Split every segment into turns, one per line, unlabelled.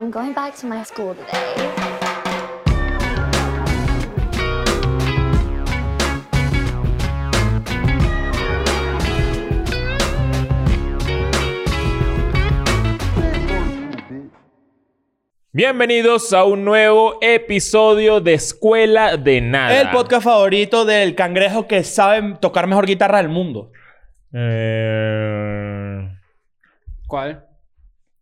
I'm going back to my school today.
Bienvenidos a un nuevo episodio de Escuela de Nada.
El podcast favorito del cangrejo que sabe tocar mejor guitarra del mundo.
Eh,
¿Cuál?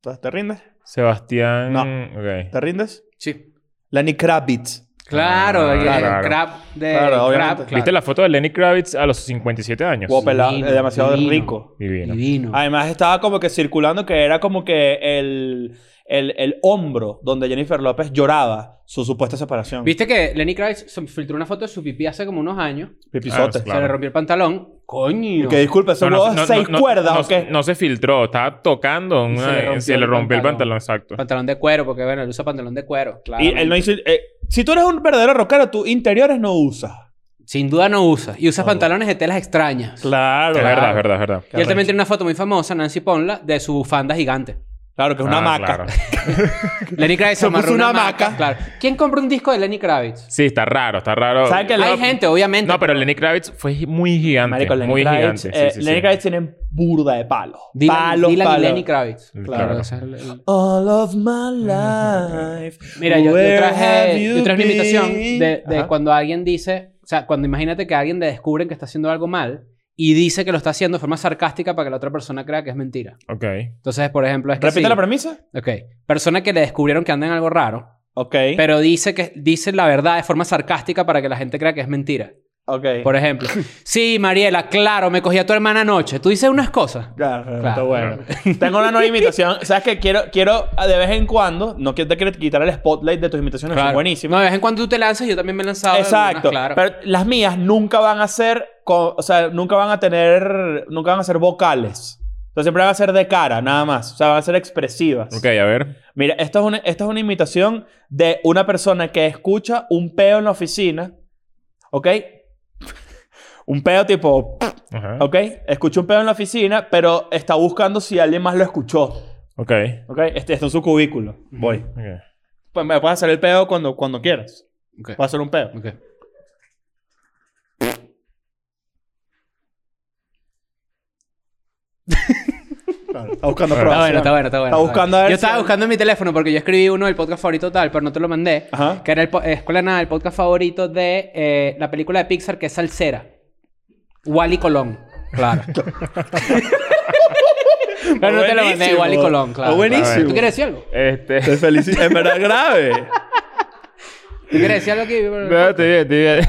¿Te rindes?
Sebastián.
No.
Ok.
¿Te rindes?
Sí.
Lenny Kravitz.
Claro,
Ah,
el
claro.
crap de
Claro,
crap,
obviamente.
claro.
¿Viste la foto de Lenny Kravitz a los 57 años?
Guau, pelado,
divino,
eh, demasiado
divino.
rico.
Divino.
Divino.
Además estaba como que circulando que era como que el, el, el hombro donde Jennifer López lloraba su supuesta separación.
¿Viste que Lenny Kravitz se filtró una foto de su pipí hace como unos años?
Pipisote.
Ah, claro.
Se le rompió el pantalón. ¡Coño!
Que disculpe, son
No, no, no,
seis
no, no,
cuerdas
no,
o qué.
No se filtró, estaba tocando.
Y
una-
se le rompió
se le
el
rompió el pantalón,
pantalón.
exacto.
Pantalón de cuero, porque bueno, él usa pantalón de cuero. Claro.
y él no hizo, eh, si tú eres un verdadero rockero, tus interiores no usas.
Sin duda no usa. Y usa pantalones de telas extrañas.
Claro.
Es verdad, es verdad, es verdad.
Y él también tiene una foto muy famosa, Nancy Ponla, de su bufanda gigante.
Claro, que es una
Ah,
maca.
claro.
Lenny Kravitz
Se
se amarró
puso
una
una
hamaca.
hamaca.
Claro. ¿Quién compra un disco de Lenny Kravitz?
Sí, está raro, está raro.
¿Sabes que
Hay
lo-
gente, obviamente.
No, pero Lenny Kravitz fue gi- muy gigigante.
Marico, Lenny
muy
Kravitz,
gigante.
eh,
sí, sí,
Lenny
sí.
Kravitz tienen burda de palos.
Dylan,
palos,
Dylan
palos.
y Lenny Kravitz.
Claro.
ese es el- el-
All of my life.
Mira, yo, yo
where have
traje,
you
yo traje una
been?
invitación de, de
Ajá.
cuando alguien dice, o sea, cuando imagínate que alguien le descubren que está haciendo algo mal y dice que lo está haciendo de forma sarcástica para que la otra persona crea que es mentira.
Ok.
Entonces, por ejemplo, es que
Repite
sí.
la premisa.
Ok. Persona que le descubrieron que anda en algo raro,
Ok.
pero dice que dice la verdad de forma sarcástica para que la gente crea que es mentira.
ok.
Por ejemplo, sí, Mariela, claro, me cogí a tu hermana anoche. Tú dices unas cosas.
Claro, está
Claro.
bueno. Tengo una nueva invitación. ¿Sabes qué? Quiero, quiero de vez en cuando, no quiero te quiero quitar el spotlight de tus invitaciones, son buenísimas.
No, de vez en cuando tú te lanzas, yo también me he lanzado.
Exacto.
algunas, claro.
Pero las mías nunca van a ser, co- o sea, nunca van a tener, nunca van a ser vocales. Entonces siempre van a ser de cara, nada más. O sea, van a ser expresivas.
Ok, a ver.
Mira, esto es una, esta es una imitación de una persona que escucha un peo en la oficina, ¿ok? un peo tipo,
Ajá.
¿ok? Escucha un peo en la oficina, pero está buscando si alguien más lo escuchó,
Ok.
¿ok? Este, está en su cubículo. Voy.
Ok.
Pues me puedes hacer el peo cuando, cuando quieras.
Ok.
Puedes hacer un peo.
Ok.
Claro, Está buscando
Está
aprobación.
bueno, está bueno, está bueno.
Está buscando a ver si
Yo estaba
hay-
buscando en mi teléfono porque yo escribí uno del podcast favorito tal, pero no te lo mandé.
Ajá.
Que era el po- eh, Escuela de Nada, el podcast favorito de eh, la película de Pixar que es Salsera. Wally Colón. Claro. pero no te lo mandé,
Buenísimo.
Wally Colón, claro.
Está buenísimo.
¿Tú quieres decir algo?
Este.
Te felicito. Es verdad grave.
¿Tú quieres decir algo aquí?
No, estoy bien, estoy bien.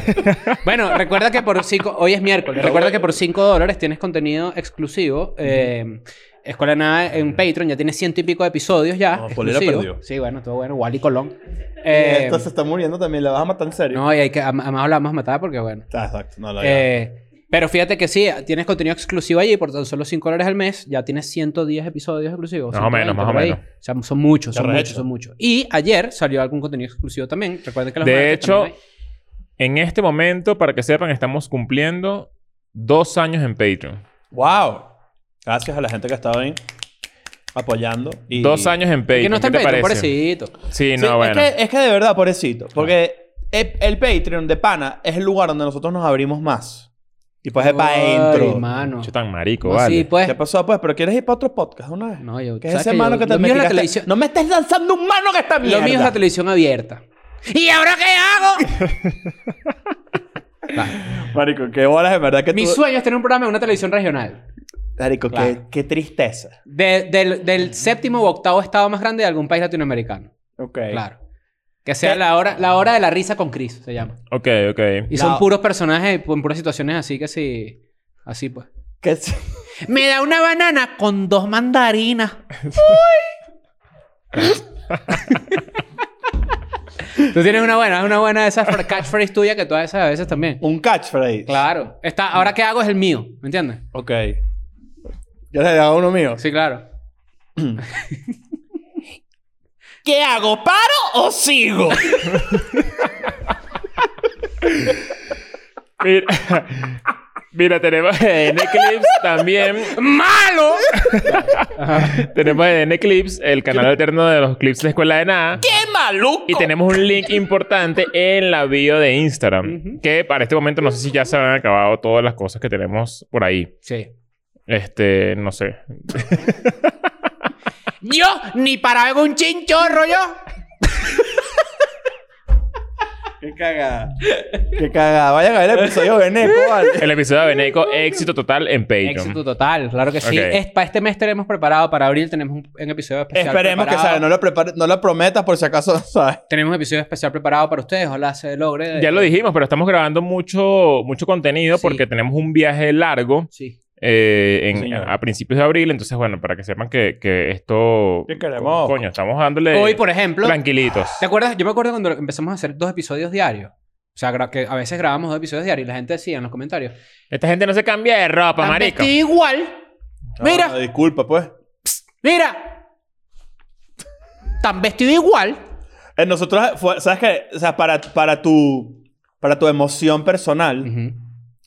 Bueno, recuerda que por cinco... Hoy es miércoles. Recuerda que por 5 dólares tienes contenido exclusivo. eh, Escuela de Nada en Patreon. Ya tiene ciento y pico de episodios ya.
No, Polera
exclusivos.
perdió.
Sí, bueno, todo bueno. Wally Colón.
Entonces
Eh,
se está muriendo también. La vas a matar en serio.
No, y hay que... am- Además la vamos a matar porque, bueno.
Ah, exacto. No, la
Eh, pero fíjate que sí, tienes contenido exclusivo allí por tan solo 5 dólares al mes. Ya tienes 110 episodios exclusivos.
Más o menos,
120
más o
por ahí.
menos.
O sea, son muchos,
Qué
son
arrecho.
muchos, son muchos. Y ayer salió algún contenido exclusivo también. Recuerden que los
De
martes
hecho,
también hay.
En este momento, para que sepan, estamos cumpliendo dos años en Patreon.
Wow. Gracias a la gente que ha estado ahí apoyando. Y...
Dos años en Patreon.
que no está en
¿Qué te
Patreon,
parece?
pobrecito.
Sí,
Sí,
no, bueno.
es, que, es que de verdad, pobrecito. Porque el, el Patreon de Pana es el lugar donde nosotros nos abrimos más. Y pues es para
Ay,
adentro.
mano.
Yo tan marico,
No,
vale.
sí, pues.
¿Qué pasó, pues? ¿Pero quieres ir para otro podcast una vez?
No, yo-
¿Qué es
¿sabes
ese
que
mano
yo-
que te
lo mío es la
metiste?
televisión.
No me estés lanzando un mano que está mierda.
Lo mío es la televisión abierta. ¿Y ahora qué hago?
Marico, qué bolas, en verdad que
Mi
tú-
sueño es tener un programa en una televisión regional.
Marico,
Claro.
qué, qué tristeza.
De- del, del séptimo o octavo estado más grande de algún país latinoamericano.
Ok.
Claro. Que sea
¿Qué?
la hora, la hora de la risa con Chris, se llama.
Ok, ok.
Y
La-
son puros personajes en puras situaciones así que sí. Así pues.
Que sí.
Me da una banana con dos mandarinas. ¡Uy! Tú tienes una buena, es una buena de esas fra- catchphrase tuya que tú haces a veces también.
Un catchphrase.
Claro. Está, ahora que hago es el mío, ¿me entiendes?
Ok. Yo le dado uno mío.
Sí, claro.
¿Qué hago? ¿Paro o sigo?
Mira, Mira, tenemos en Eclipse también.
¡Malo!
tenemos en Eclipse el canal alterno de los clips de Escuela de Nada.
¡Qué maluco!
Y tenemos un link importante en la bio de Instagram.
Ujú.
Que para este momento no sé si ya se han acabado todas las cosas que tenemos por ahí.
Sí.
Este, no sé.
Yo, ni para un chinchorro yo.
¡Qué cagada! ¡Qué cagada! Vayan a ver el episodio de Nepo, ¿vale?
El episodio de Beneco, éxito total en Patreon.
Éxito total, claro que sí.
Ok.
Es- para este mes tenemos preparado, para abril tenemos un, un episodio especial.
Esperemos que
preparado.
¿sabes? No lo, prepare- no lo prometas por si acaso, ¿sabes?
Tenemos un episodio especial preparado para ustedes, ojalá se logre.
Ya lo dijimos, pero estamos grabando mucho, mucho contenido
Sí.
porque tenemos un viaje largo
Sí.
eh, en-
Sí, señor.
a principios de abril. Entonces, bueno, para que sepan que, que esto...
Sí, queremos.
co- Coño, estamos dándole...
Hoy, por ejemplo,
Tranquilitos.
¿Te acuerdas? Yo me acuerdo cuando empezamos a hacer dos episodios diarios. O sea, gra- que a veces grabamos dos episodios diarios y la gente decía en los comentarios.
Esta gente no se cambia de ropa,
"Están
marico.
vestidos igual. Mira.
No, no, disculpa, pues.
Mira. Tan vestido igual.
Eh, nosotros, fue- ¿sabes qué? O sea, para, para, tu, para tu emoción personal,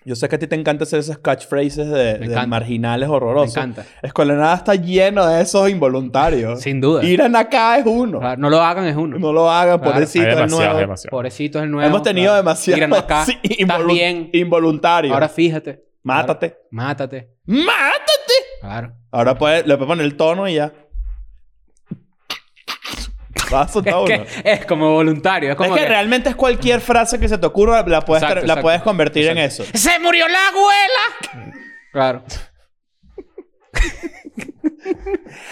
yo sé que a ti te encanta hacer esas catchphrases de, de
encanta.
marginales
Me
horrorosos.
encanta.
Escuela de Nada está lleno de esos involuntarios.
Sin duda.
Ir a acá es uno.
Claro, No lo hagan, es uno.
No lo hagan,
Claro.
Hay
pobrecito, es
demasiado,
nuevo.
demasiado.
Pobrecito es el nuevo.
Hemos tenido
Claro.
demasiado.
Míranos acá.
sí,
Estás
involu-
bien.
Involuntario.
Ahora fíjate.
Mátate.
Mátate.
¡Mátate!
Claro.
Ahora puede, le puedes poner el tono y ya. Va a soltar uno.
Que
Es
es como voluntario. Es
que,
como que-
realmente es cualquier frase que se te ocurra, la puedes,
Exacto,
tra- la
exacto.
puedes convertir en eso.
¡Se murió la abuela! Claro.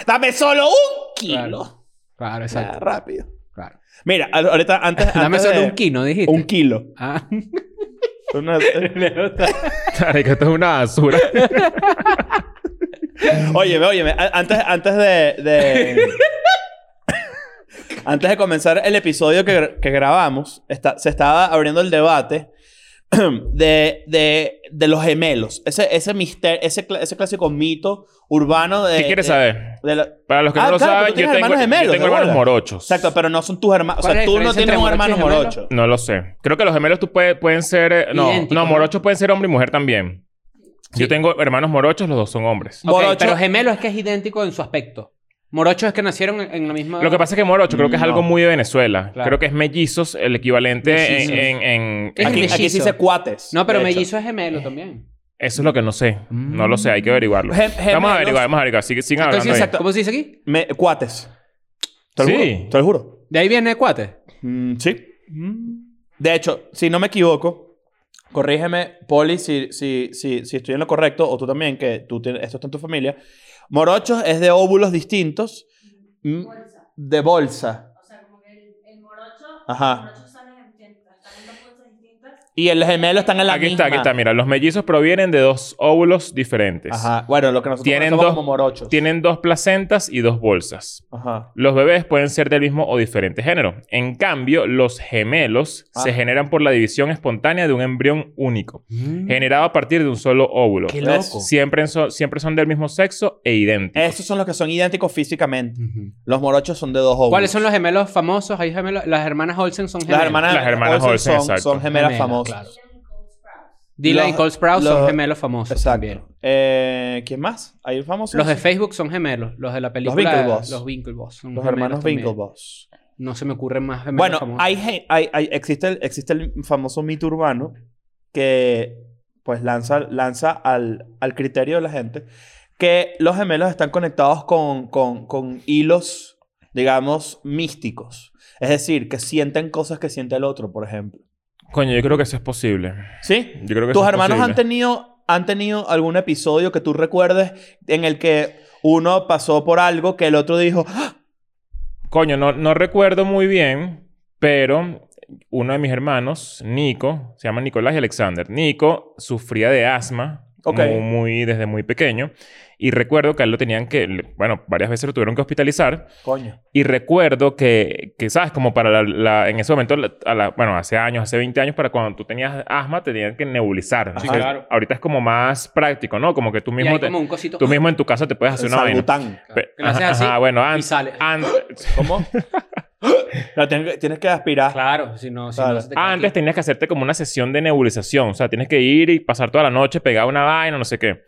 ¡Dame solo un kilo!
Claro. Claro,
Ya,
exacto.
rápido.
Claro.
Mira, a- ahorita antes. antes
Dame solo
de-
un kilo, dijiste.
Un kilo.
Ah.
Una-
Marico, esto es una basura.
óyeme, óyeme. a- Antes, antes de. de- antes de comenzar el episodio que, gra- que grabamos, está- se estaba abriendo el debate de, de, de los gemelos. Ese, ese, mister, ese, cl- ese clásico mito urbano de.
¿Qué quieres
de-
saber?
de la-
Para los que
Ah,
no lo
claro,
saben,
pero tú
yo
tienes
tengo,
hermanos
yo
gemelos,
tengo
de
hermanos
bola.
morochos.
Exacto, pero no son tus hermanos. O
¿Cuál es
sea,
la
tú no
diferencia
tienes
entre
un
morocho y
hermano
gemelo?
morocho.
No lo sé. Creo que los gemelos tú puede- pueden ser... eh, no,
Idéntico,
no,
¿no?
morochos pueden ser hombre y mujer también.
Sí.
Yo tengo hermanos morochos, los dos son hombres.
Ok,
Morocho-
pero gemelo es que es idéntico en su aspecto. Morocho es que nacieron en, en la misma.
Lo que pasa es que morocho creo que es
No.
algo muy de Venezuela.
Claro.
Creo que es mellizos el equivalente
Mellizos.
en... en- en-
¿Qué es
aquí.
mellizo?
Aquí se dice cuates.
No, pero
de hecho.
mellizo es gemelo
Eh,
también.
Eso es lo que no sé. No lo sé, hay que averiguarlo.
Mm. Gem-
Vamos
gemelos.
a averiguar, vamos a averiguar. Sigue, sigan hablando
Entonces,
ahí.
exacto. ¿Cómo se dice aquí?
Me- cuates. Te lo
Sí.
juro. Te lo juro.
De ahí viene cuate.
Mm, sí.
Mm.
De hecho, si no me equivoco, corrígeme, Poli, si, si, si, si estoy en lo correcto, o tú también, que tú tienes, esto está en tu familia. Morochos es de óvulos distintos. mm, De bolsa.
O sea, como que el, el morocho,
Ajá.
los morochos son en, en- están en dos bolsas distintas.
Y el gemelo están en la
Aquí
misma.
está, aquí está. Mira, los mellizos provienen de dos óvulos diferentes.
Ajá. Bueno, lo que nosotros
Tienen
conocemos
dos-
como morochos.
Tienen dos placentas y dos bolsas.
Ajá.
Los bebés pueden ser del mismo o diferente género. En cambio, los gemelos
Ah.
se generan por la división espontánea de un embrión único, generado a partir de un solo óvulo.
Qué
Mm. loco. Eh.
loco.
Siempre, en so- siempre son del mismo sexo e idénticos.
Estos son los que son idénticos físicamente.
Ujú.
Los morochos son de dos óvulos.
¿Cuáles son los gemelos famosos? Hay gemelos. Las hermanas Olsen son gemelas.
Las hermanas,
Las hermanas
Olsen
Olsen,
son,
exacto.
son gemelas
Gemelas,
famosas.
claro.
Dylan y Cole Sprouse.
Dylan y
Los-
Cole Sprouse son
los-
gemelos famosos. También.
Exacto. Eh, ¿Quién más? ¿Hay famosos?
Los de Facebook son gemelos. Los de la película.
Winklevoss.
Los Winklevoss. son
Los
gemelos
hermanos
también.
Winklevoss.
No se me ocurren más gemelos
Bueno,
famosos.
hay, gen- hay- hay- existe, el, existe el famoso mito urbano que pues lanza, lanza al, al criterio de la gente que los gemelos están conectados con, con- con hilos, digamos, místicos. Es decir, que sienten cosas que siente el otro, por ejemplo.
Coño, yo creo que eso es posible.
¿Sí?
Yo creo que eso
¿Tus
es
hermanos han
posible.
tenido, han tenido algún episodio que tú recuerdes en el que uno pasó por algo que el otro dijo, "¡Ah!".
Coño, no, no recuerdo muy bien, pero uno de mis hermanos, Nico, se llama Nicolás y Alexander. Nico sufría de asma
Ok.
mu- muy, desde muy pequeño. Y recuerdo que a él lo tenían que, le- bueno, varias veces lo tuvieron que hospitalizar.
coño,
Y recuerdo que, que ¿sabes? Como para la, la- en ese momento, la- a la- bueno, hace años, hace 20 años, para cuando tú tenías asma, te tenían que nebulizar. Entonces,
claro.
Ahorita es como más práctico, ¿no? Como que tú
Y
mismo,
hay
te-
como un cosito.
tú mismo en tu casa te puedes hacer una vaina.
Salbután.
Pe-
Que lo haces
ajá,
así
ajá, bueno, an-
y sale.
an-
¿Cómo? No, tienes, que- tienes que aspirar.
Claro, si no, si
Claro.
no se te cae
Ah, antes
aquí.
tenías que hacerte como una sesión de nebulización. O sea, tienes que ir y pasar toda la noche pegado a una vaina, no sé qué.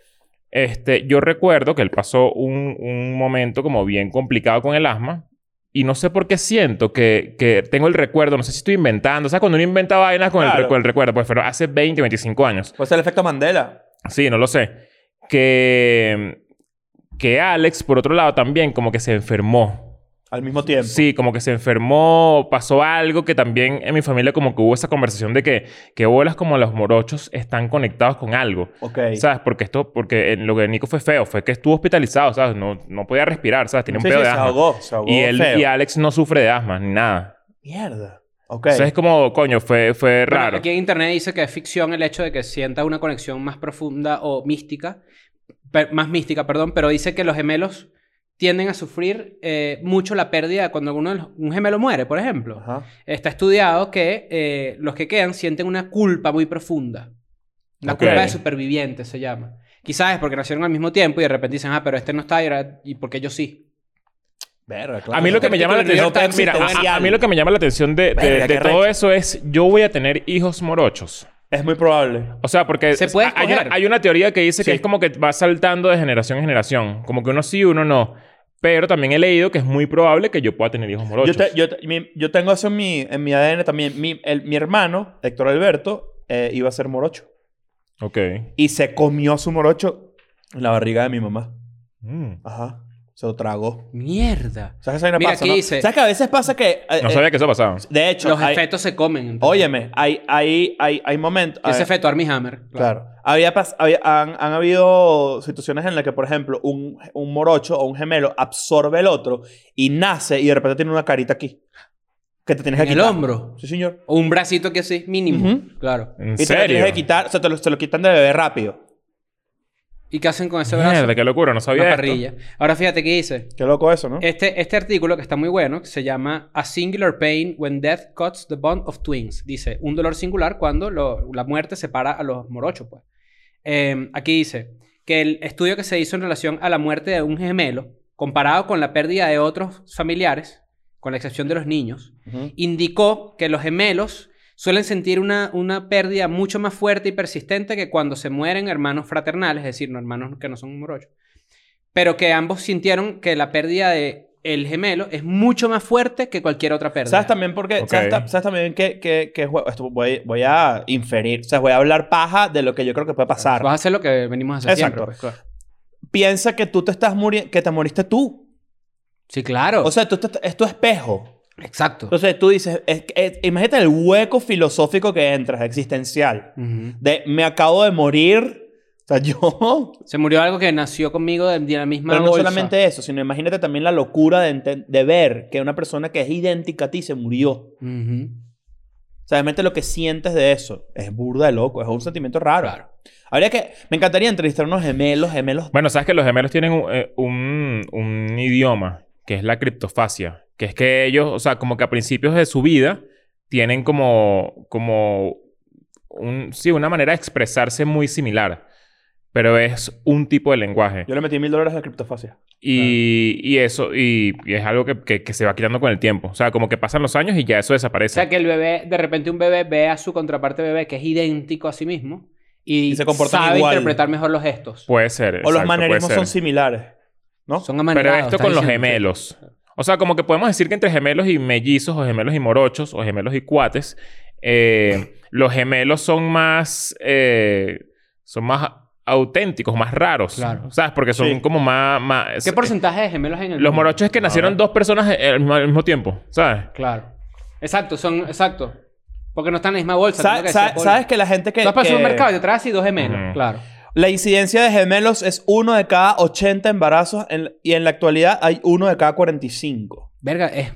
Este, yo recuerdo que él pasó un, un momento como bien complicado con el asma. Y no sé por qué siento que, que tengo el recuerdo. No sé si estoy inventando. O sea, cuando uno inventa vainas con el
Claro.
recu- el recuerdo. Pues, pero hace 20, 25 años.
Pues el efecto Mandela.
Sí, no lo sé. Que... Que Alex, por otro lado, también como que se enfermó.
Al mismo tiempo.
Sí, como que se enfermó, pasó algo que también en mi familia como que hubo esa conversación de que, que bolas como los morochos están conectados con algo.
Ok.
¿Sabes? Porque esto, porque en lo que Nico fue feo, fue que estuvo hospitalizado, ¿sabes? No, no podía respirar, ¿sabes? Tenía un
Sí,
pedo
sí,
de
se
asma.
ahogó. Se ahogó
y él
feo.
y Alex no sufre de asma ni nada.
Mierda. Ok.
Entonces es como, coño, fue, fue
Bueno,
raro.
aquí en internet dice que es ficción el hecho de que sienta una conexión más profunda o mística, pe- más mística, perdón, pero dice que los gemelos tienden a sufrir eh, mucho la pérdida cuando uno de los- un gemelo muere, por ejemplo.
Ajá.
Está estudiado que eh, los que quedan sienten una culpa muy profunda. La
Ok.
culpa de superviviente se llama. Quizás es porque nacieron al mismo tiempo y de repente dicen, ah, pero este no está y, era- y porque yo sí.
Verga,
A mí lo que me llama la atención,
Libertad
mira, a, a mí lo que me llama la atención de, de-
Verga,
de
qué
todo eso
recho.
es, yo voy a tener hijos morochos.
Es muy probable.
O sea, porque
Se puede
hay, una,
escoger.
hay una teoría que dice
Sí.
que es como que va saltando de generación en generación. Como que uno sí, uno no. Pero también he leído que es muy probable que yo pueda tener hijos
Yo,
morochos.
te- yo, te- mi- yo tengo eso en mi, en mi ADN también. Mi, el- mi hermano, Héctor Alberto, eh, iba a ser morocho.
Ok.
Eh,
Y se comió su morocho en la barriga de mi mamá.
Mm.
Ajá. Se lo tragó.
Mierda.
¿Sabes que esa vaina
Mira,
pasa,
aquí
no?
dice-
¿Sabes que a veces pasa que... eh,
No
eh,
sabía que eso pasaba.
De hecho,
Los
hay-
efectos se comen. entonces.
óyeme, hay, hay, hay, hay momentos...
Yo
a
ese
ver,
feto Armie Hammer.
Claro. Había pas- había- han, han habido situaciones en las que, por ejemplo, un, un morocho o un gemelo absorbe el otro y nace y de repente tiene una carita aquí. Que te tienes
En
que
el
quitar.
hombro.
Sí, señor.
O un bracito que así, mínimo.
Ujú.
Claro.
¿En
Y te lo
serio?
tienes que quitar, o sea, te lo, te lo quitan de bebé rápido.
¿Y qué hacen con ese brazo?
Mierda, qué locura. No sabía
Una
esto.
parrilla. Ahora fíjate qué dice.
Qué loco eso, ¿no?
Este, este artículo, que está muy bueno, que se llama A Singular Pain When Death Cuts the Bond of Twins. Dice, un dolor singular cuando lo- la muerte separa a los morochos, pues. Eh, aquí dice que el estudio que se hizo en relación a la muerte de un gemelo, comparado con la pérdida de otros familiares, con la excepción de los niños,
Ujú.
indicó que los gemelos suelen sentir una, una pérdida mucho más fuerte y persistente que cuando se mueren hermanos fraternales, es decir, no hermanos que no son morochos, pero que ambos sintieron que la pérdida de el gemelo es mucho más fuerte que cualquier otra pérdida.
¿Sabes también por qué?
Ok.
¿Sabes, ta- sabes también qué, qué, qué juego? Esto voy, voy a inferir, o sea, voy a hablar paja de lo que yo creo que puede pasar.
Vas a hacer lo que venimos a hacer
Exacto.
siempre, pues, claro.
Piensa que tú te estás muriendo, que te moriste tú.
Sí, claro.
O sea, tú te- es tu espejo.
Exacto.
Entonces tú dices, es- es- imagínate el hueco filosófico que entras, existencial.
Ujú.
De me acabo de morir. O sea, yo.
Se murió algo que nació conmigo de, de la misma
Pero no
bolsa.
solamente eso, sino imagínate también la locura de, enten- de ver que una persona que es idéntica a ti se murió.
Ujú.
O sea, realmente lo que sientes de eso es burda de loco, es un sentimiento raro.
Claro.
Habría que. Me encantaría entrevistar unos gemelos, gemelos.
Bueno, sabes que los gemelos tienen un, eh, un- un idioma que es la criptofasia, que es que ellos, o sea, como que a principios de su vida tienen como, como un, sí, una manera de expresarse muy similar, pero es un tipo de lenguaje.
Yo le metí mil dólares a la criptofasia.
Y, y eso, y, y es algo que, que- que se va quitando con el tiempo. O sea, como que pasan los años y ya eso
O
desaparece.
sea, que el bebé, de repente un bebé ve a su contraparte bebé que es idéntico a sí mismo y,
Y se comportan
sabe
igual.
interpretar mejor los gestos.
Puede ser.
o los
exacto, puede
manerismos
ser.
son similares. ¿No?
Son
Pero
amanerados,
esto
estás
con los
diciendo.
gemelos. O sea, como que podemos decir que entre gemelos y mellizos, o gemelos y morochos, o gemelos y cuates, eh, los gemelos son más. eh, son más auténticos, más raros.
Claro.
¿Sabes? Porque son
Sí.
como más. más- eh,
¿Qué porcentaje de gemelos en el
Los
mundo?
morochos es que nacieron dos personas eh, al mismo, al mismo tiempo, ¿sabes?
Claro. Exacto, son... Exacto. Porque no están en la misma bolsa.
Sa-
tengo que
sa-
decir,
¿Sabes que la gente que.
Tú vas para el
que-
supermercado y te traes así dos gemelos.
Ujú.
Claro.
La incidencia de gemelos es uno de cada 80 embarazos en- y en la actualidad hay uno de cada 45.
Verga, es...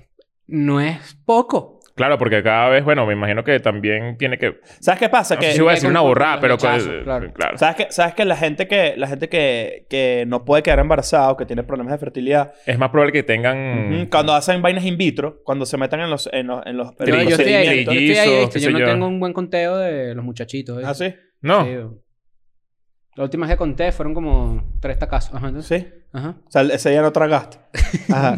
No es poco.
Claro, porque cada vez, bueno, me imagino que también tiene que.
¿Sabes qué pasa?
No
Que,
sé si voy a
que
decir una
con-
borrada,
con
pero.
los rechazos,
eh,
claro.
claro.
¿Sabes que, ¿Sabes que la gente que la gente que, que no puede quedar embarazada o que tiene problemas de fertilidad,
Es más probable que tengan.
ujú, Mm. cuando hacen vainas in vitro, cuando se metan en los en los en los, en
Yo,
los
yo estoy ahí, yo
procedimientos-
estoy ahí,
trillizos,
¿viste?
qué
Yo
sé
no
yo.
tengo un buen conteo de los muchachitos. ¿viste?
¿Ah, sí?
No.
Sí, o- La última vez que conté fueron como tres tacazos. Ajá, entonces-
Sí.
Ajá.
O sea, ese día no tragaste. Ajá.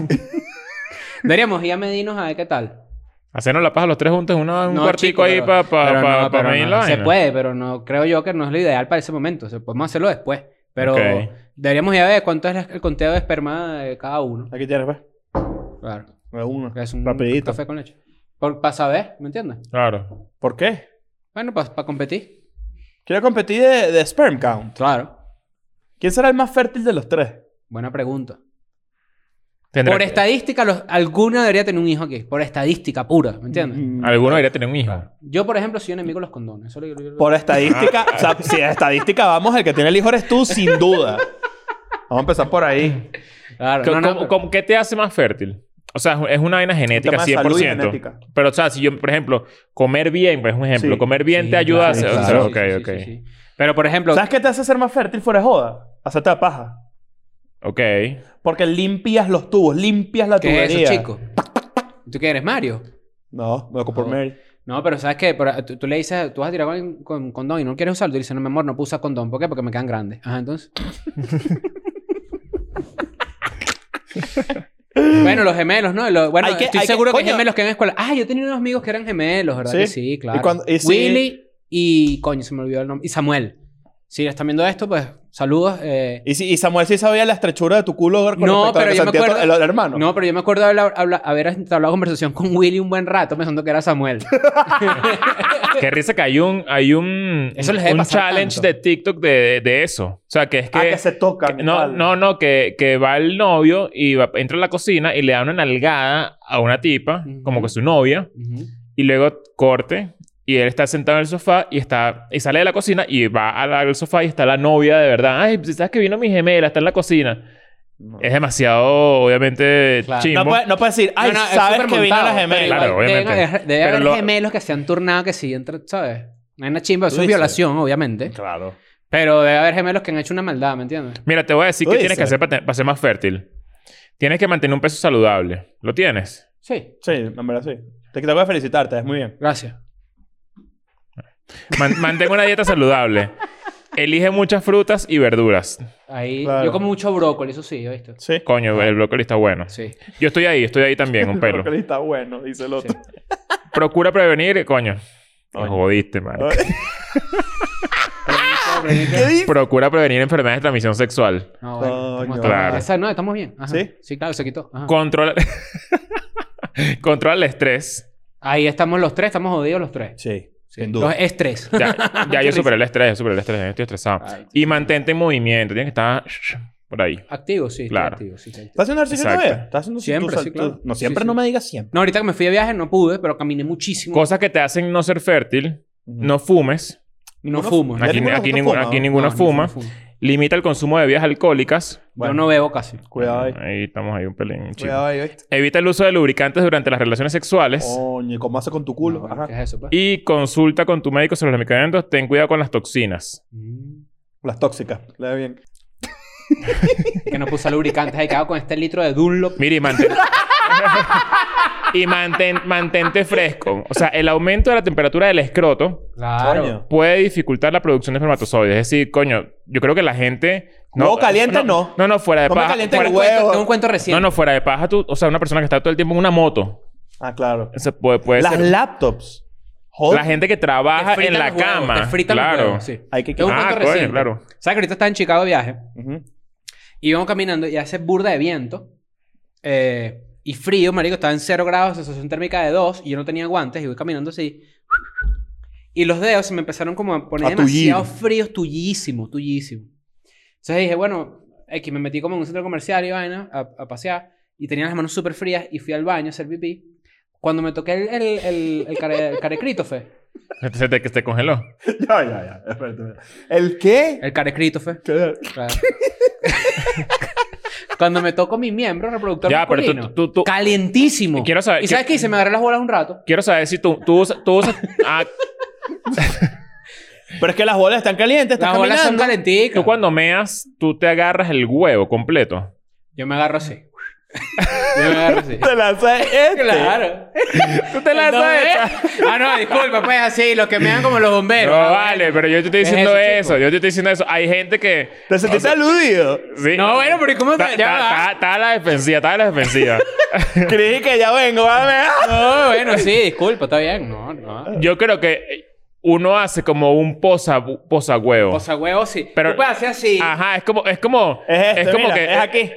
Deberíamos ir a Medinos a ver qué tal.
Hacernos la paja los tres juntos en una- un
No,
cuartico
chico,
ahí
pero-
para pa,
pero
pa-
no,
pa
pero
medir
no.
la
Se
vaina.
puede, pero no creo yo que no es lo ideal para ese momento. O sea, podemos hacerlo después. Pero
Ok.
deberíamos ir a ver cuánto es la- el conteo de esperma de cada uno.
Aquí tienes, pues.
Claro.
Es uno.
Que es un
Rapidito.
café con leche. Por, para saber, ¿me entiendes?
Claro.
¿Por qué?
Bueno, para competir.
Quiero competir de, de sperm count.
Claro.
¿Quién será el más fértil de los tres?
Buena pregunta.
Tendrá
Por
que-
estadística, los, alguno debería tener un hijo aquí. Por estadística pura, ¿me entiendes?
Mm,
Alguno debería tener un hijo.
Yo, por ejemplo, soy enemigo de los condones. Eso lo- lo- lo-
Por estadística, o sea, si en estadística vamos, el que tiene el hijo eres tú, sin duda. Vamos a empezar por ahí.
Claro.
¿Cómo-
No, no,
cómo-
pero-
cómo- ¿Qué te hace más fértil? O sea, es una vaina genética,
tema de salud y
100%.
genética.
Pero, o sea, si yo, por ejemplo, comer bien, pues es un ejemplo.
Sí.
Comer bien
Sí,
te ayuda
claro,
a...
sí,
o sea,
claro.
ok,
sí, sí,
ok.
sí, sí. Pero, por ejemplo,
¿Sabes qué te hace ser más fértil fuera de joda? Hacerte la paja.
Ok.
Porque limpias los tubos, limpias la
¿qué
tubería.
es eso, chico? ¿Tú qué eres, Mario?
No, me lo por
No.
Mary.
No, pero ¿sabes qué? Pero eh, tú, tú le dices, tú vas a tirar con, con condón y no quieres usarlo. Y dices, no, mi amor, no puedo usar condón. ¿Por qué? Porque me quedan grandes. Ajá, entonces. bueno, los gemelos, ¿no? Los- bueno,
Hay que-
estoy
hay que-
seguro que,
coño.
gemelos que en la escuela. Ah, yo tenía unos amigos que eran gemelos, ¿verdad?
¿Sí?
Que sí, claro.
Y cuando- y sí-
Willy y. Coño, se me olvidó el nombre. Y Samuel. Si están viendo esto, pues saludos. eh,
¿Y, si- y Samuel sí sabía la estrechura de tu culo con respecto
No,
a lo
pero
que
yo me
sentía tu-
acuerdo-
el, el hermano.
No, pero yo me acuerdo de hablar- habla- haber entablado conversación con Willy un buen rato pensando que era Samuel.
Qué risa que hay un, hay un,
Ah, Eso les debe
un
pasar
challenge
tanto.
de TikTok de, de eso. O sea, que es que...
Ah, que se tocan. y
no,
tal.
no, no, que, que va el novio y va- entra a la cocina y le da una nalgada a una tipa,
Ujú.
como que su novia,
Ujú.
y luego corte y él está sentado en el sofá y está y sale de la cocina y va a la- al sofá y está la novia de verdad. Ay, pues, sabes que vino mi gemela, está en la cocina.
No.
Es demasiado, obviamente,
Claro.
chimbo.
No puede, no puede decir, ay,
No, no, es
sabes
súper
que vino
montado,
la
pero
gemela.
igual
Claro, obviamente.
Debe, haber- debe
Pero
haber
lo-
gemelos que se han turnado que sí, entre, ¿sabes? No hay una chimba, eso
Tú
es
dices.
violación, obviamente.
Claro.
Pero debe haber gemelos que han hecho una maldad, ¿me entiendes?
Mira, te voy a decir
Tú
qué tienes
dices.
que hacer para, te- para ser más fértil. Tienes que mantener un peso saludable. ¿Lo tienes?
Sí,
Sí, en verdad sí. Te, te voy a felicitarte, es muy bien.
gracias.
Man- mantén una dieta saludable. Elige muchas frutas y verduras.
Ahí,
Claro.
yo como mucho brócoli, eso sí, ¿viste?
Sí.
Coño, el brócoli está bueno.
Sí.
Yo estoy ahí, estoy ahí también, un pelo.
Ah. Brócoli está bueno, dice el otro.
Procura prevenir, coño. Me
Coño.
jodiste, man.
¿Qué dices?
Procura prevenir enfermedades de transmisión sexual.
No, bueno,
Coño.
estamos,
Claro.
esa- no, estamos bien. Ajá.
¿Sí?
Sí, claro, se quitó. Ajá.
Controla... Controla el estrés.
Ahí estamos los tres, estamos jodidos los tres.
Sí, sin
Los
duda.
estrés.
Ya, ya yo superé el estrés, yo superé el estrés. Estoy estresado. Y mantente en movimiento. Tienes que estar por ahí.
Activo, sí. estoy
Claro.
activo, sí, estoy activo.
¿Estás haciendo ejercicio
Exacto.
todavía? ¿Estás haciendo
Siempre,
tú-
sí,
tú-
claro.
No,
Sí,
siempre
sí.
no me digas siempre.
No, ahorita que me fui de viaje no pude, pero caminé muchísimo.
Cosas que te hacen no ser fértil. No fumes.
no
Ninguno-
fumo.
Ya
Aquí,
ninguno
aquí
de
ninguno,
nosotros fuma,
aquí
¿no?
ninguno
No,
fuma.
ninguno fuma.
Limita el consumo de bebidas alcohólicas.
Bueno.
Yo no bebo casi.
Cuidado ahí.
Ahí estamos ahí un pelín. chico.
Cuidado ahí, Oh. ¿viste?
Evita el uso de lubricantes durante las relaciones sexuales.
Coño, ¿y cómo hace con tu
No,
culo?
bueno,
Ajá.
¿Qué es eso, pues?
Y consulta con tu médico sobre los medicamentos. Ten cuidado con las toxinas.
Mm.
Las tóxicas. Le da bien.
Que no puse lubricantes. Ahí quedado con este litro de Dunlop.
Mira, y mantén... y mantén- mantente fresco. O sea, el aumento de la temperatura del escroto
Claro.
Coño.
puede dificultar la producción de espermatozoides. Es decir, coño, yo creo que la gente...
Huevo caliente, no.
No, no, fuera de
No me
paja.
caliente
fuera-
el
Tengo un cuento-
huevo.
Tengo un cuento
no,
reciente.
no, fuera de paja tú... O sea, una persona que está todo el tiempo en una moto.
Ah, claro.
Eso puede, puede
Las
ser...
laptops. Joder.
La gente que trabaja en la cama.
Te fritan los
claro.
huevos, sí.
Hay que
Tengo un
Ah,
cuento
coño,
reciente.
claro.
¿Sabes que ahorita estaba en Chicago de viaje?
Ujú.
Y íbamos caminando y hace burda de viento. eh, y frío, marico. Estaba en 0 grados, sensación térmica de 2. Y yo no tenía guantes. Y voy caminando así. Y los dedos se me empezaron como a poner
A tullir.
demasiado fríos. Tullísimo, tullísimo. Entonces dije, bueno... X, me metí como en un centro comercial y vaina a, a pasear. Y tenía las manos súper frías. Y fui al baño a hacer pipí. Cuando me toqué el, el, el, el care- el carecrítofe.
Se te, que te congeló.
Ya, ya, ya. Espérate, espérate. ¿El qué?
El carecrítofe.
¿Qué?
Claro. Cuando me toco mi miembro reproductor
Ya, pero tú-
masculino,
tú- tú-
calientísimo.
Quiero saber-
¿Y sabes qué? Se me agarré las bolas un rato.
Quiero saber si tú, tú usas... Tú usas ah,
Pero es que las bolas están calientes, estás
Las bolas son
caminando.
calenticas.
tú cuando meas, tú te agarras el huevo completo.
Yo me agarro así. Yo me agarro así.
Te lanza este.
Claro.
Tú te lanzas esa.
Entonces- Ah, no, disculpa, pues así, los que me dan como los bomberos.
No,
Ah,
vale, pero yo te estoy
¿Qué es
diciendo
eso,
eso,
chico?
Yo te estoy diciendo eso. Hay gente que.
Te sentiste
o sea,
aludido.
sí.
No, bueno, pero ¿y cómo te-
Ta-
ya
ta-
va?
ta- Está a la defensiva, está a la defensiva.
Creí que ya vengo, ¿vale?
No, bueno, sí, disculpa, está bien. No, no.
Yo creo que uno hace como un posa, posa
O sea, huevo, sí.
Pero-
Tú puedes hacer así.
Ajá, es como, es como,
Es este,
como
mira,
que, eh,
es aquí.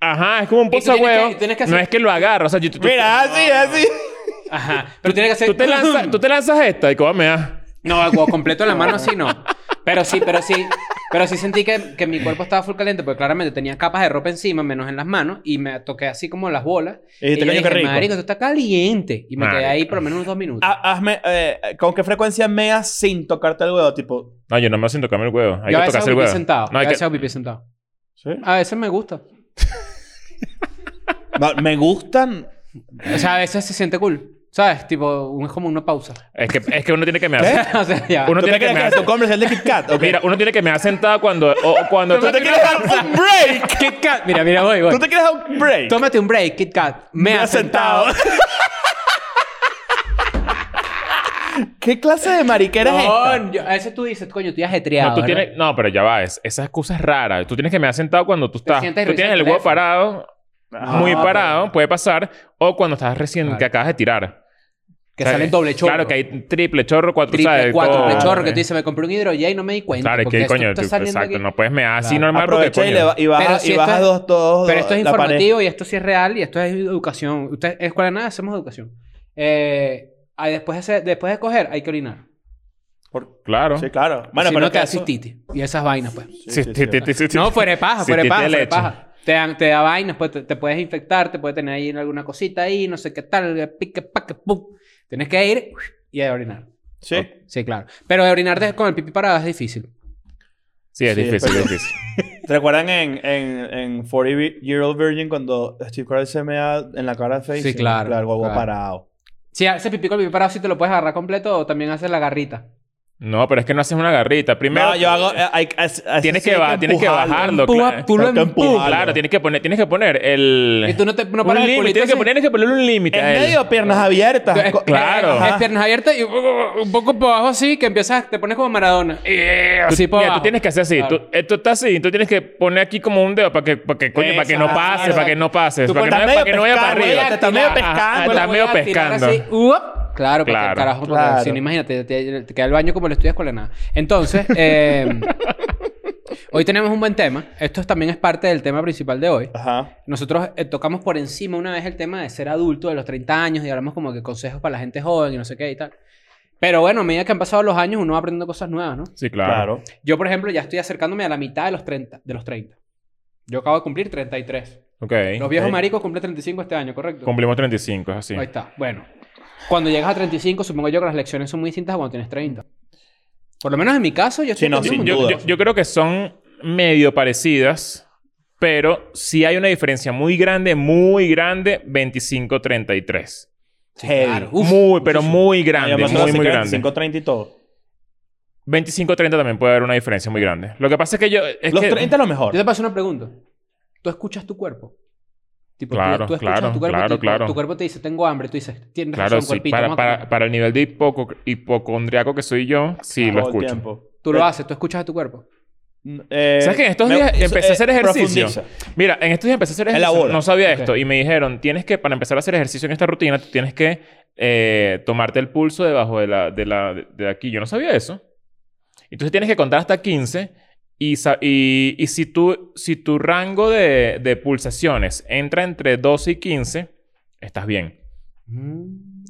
ajá, es como un
tú
posa
tienes
huevo.
que- tienes que
No
hacer-
es que lo agarra, o sea, yo- tú, tú-
Mira, así, así.
Ajá. Pero tiene que hacer.
tú te lanzas, tú te lanzas esta y ah. cómo me da.
No, algo completo en la mano sí no. Pero sí, pero sí. Pero sí sentí que, que mi cuerpo estaba full caliente porque claramente tenía capas de ropa encima, menos en las manos, y me toqué así como las bolas.
Y dijiste,
yo
"Coño, qué rico".
Marico, tú estás caliente. Y me quedé
Marico.
ahí por lo menos unos dos minutos.
Ha- Hazme, eh, ¿con qué frecuencia meas sin tocarte el huevo? Tipo,
No, yo no me siento tocarme el huevo. Hay
yo a
que
veces
tocarse
hago
el
pipí
huevo.
sentado.
No, hay
yo
que,
a veces hago pipí sentado.
¿sí?
A veces me gusta.
No, Me gustan.
O sea, a veces se siente cool. ¿Sabes? Tipo, un- es como una pausa.
es que, es que uno tiene
¿Eh?
que me
o sea, ya.
Uno
¿Tú
tiene
te
que
crees que
mear.
es un comercial de Kit Kat? Ok.
Mira, uno tiene que me ha sentado cuando, o, o cuando.
¿Tú te quieres dar un break?
Kit Kat. Mira, mira, voy, voy.
¿Tú te quieres dar un break?
Tómate un break, Kit Kat. Me,
Me
has
has
sentado.
¿Qué clase de mariquera es esta?
No, yo- a veces tú dices, coño, estoy ajetreado.
No, tú
¿verdad?
tienes, no, pero ya va, es- esa excusa es rara. Tú tienes que me ha sentado cuando tú estás.
sientas y
Tú
revisas
tienes
el
el huevo
teléfono.
parado, muy
Ah,
parado, puede pasar. O cuando estás recién,
Claro.
que acabas de tirar.
Que
O sea,
sale el doble chorro.
Claro, que hay triple chorro, cuatro,
triple,
¿sabes?
cuatro,
Todo.
triple chorro, que tú dices, me compré un hidro ya y no me di cuenta.
Claro,
porque
que
esto
coño,
está
tú-
saliendo
exacto,
aquí.
no puedes mear así
Claro.
normal porque
Aprovecha
coño.
y, le ba- y
Pero
bajas,
si
y
esto
bajas
es-
dos, dos.
Pero esto es
la pared.
informativo y esto sí es real y esto es educación. Usted, en escuela de nada hacemos educación. Eh, ah, después, de hacer- después de coger hay que orinar.
Por-
Claro.
Sí, claro. Bueno,
si
pero
no te
que
da
eso-
cistiti y esas vainas, pues.
Sí, sí, sí, sí, sí.
No, fuera de paja,
Sí,
fuera
tiene
de paja, fuera de
leche.
paja. Te, dan- te da vainas, pues te, te puedes infectar, te puede tener ahí alguna cosita ahí, no sé qué tal, pique, paque, pum. Tienes que ir y a orinar.
Sí.
Sí, claro. Pero de orinar de- con el pipí parado es difícil.
Sí, es
Sí,
difícil,
pero-
es difícil.
¿Te recuerdan en, en, en 40 Year Old Virgin cuando Steve Carell se mea en la cara de Face?
Sí, claro,
Claro, huevo
claro.
parado.
Si haces pipí con el pipí parado, si te lo puedes agarrar completo o también haces la garrita.
No, pero es que no haces una garrita. Primero,
no, yo hago... eh, hay- es- es-
tienes
sí
que,
hay
ba- tienes que
empujarlo.
bajarlo.
Empuja-
cla-
tú lo
Tengo que
empujas.
empujarlo.
Claro, tienes que poner, tienes que poner el.
Y tú no te no
un
paras el
límite,
culito
tienes que
así.
poner, tienes que ponerle un límite.
En
a él.
medio, piernas abiertas.
Es-
co-
claro.
es- Es
Ajá.
piernas abiertas eh, y uh, uh, un poco para abajo así, que empiezas, te pones como Maradona. Eh,
Tú-
así para
mira,
abajo.
tú tienes que hacer así.
Claro.
Tú, esto está así. Tú tienes que poner aquí como un dedo para que, para que, coño, para que no
Exacto.
pase, para que no pase,
Tú
para que no,
estás
para
medio
que no vaya para
pescando,
arriba.
ya te está medio
Ajá,
pescando.
Está
Lo
medio
voy a tirar
pescando.
así, ¡uop! Claro, porque el
Claro.
carajo, porque
Claro.
si no, imagínate, te, te queda el baño como lo estudias con la nada. Entonces, eh, hoy tenemos un buen tema. Esto también es parte del tema principal de hoy.
Ajá.
Nosotros eh, tocamos por encima una vez el tema de ser adulto de los 30 años y hablamos como que consejos para la gente joven y no sé qué y tal. Pero bueno, a medida que han pasado los años, uno va aprendiendo cosas nuevas, ¿no?
Sí, claro.
Claro.
Yo, por ejemplo, ya estoy acercándome a la mitad de los 30. De los 30. Yo acabo de cumplir 33. Los
Ok.
viejos
Ok.
maricos cumplen 35 este año, ¿correcto?
Cumplimos 35, es así.
Ahí está. Bueno. Cuando llegas a 35, supongo yo que las lecciones son muy distintas a cuando tienes 30. Por lo menos en mi caso, yo estoy
Sí, no,
Yo-
aprendiendo
sin
un montón.
yo,
duda.
yo- yo creo que son medio parecidas, pero sí hay una diferencia muy grande, muy grande, 25-33.
Sí,
Heavy.
claro. Uf,
Muy, pero
muchísimo.
muy grande,
Yo me
muy, muy grande.
5.30 y todo.
25-30 también puede haber una diferencia muy grande. Lo que pasa es que yo... es
Los
que-
30 es lo mejor.
Yo te paso una pregunta. ¿Tú escuchas tu cuerpo? Tipo, tú-
Claro,
tú, escuchas
claro,
tu cuerpo,
claro,
tu,
claro.
tu cuerpo te dice, tengo hambre. Tú dices, tienes
Claro,
razón,
sí.
cuerpito.
Para,
vamos a comer".
para, para el nivel de hipoco- hipocondriaco que soy yo, sí
Todo
lo
el
escucho.
tiempo.
Tú lo
Eh,
haces, tú escuchas a tu cuerpo.
eh,
¿Sabes que en estos
me-
días
eso,
empecé a
eh,
hacer ejercicio?
profundiza.
Mira, en estos días empecé a hacer ejercicio.
Elabora.
No sabía
Ok.
esto. Y me dijeron, tienes que, para empezar a hacer ejercicio en esta rutina, tú tienes que eh, tomarte el pulso debajo de la, de la, de, de aquí. Yo no sabía eso. Entonces tienes que contar hasta 15. Y, sa- y, y si, tu, si tu rango de, de pulsaciones entra entre 12 y 15, estás bien.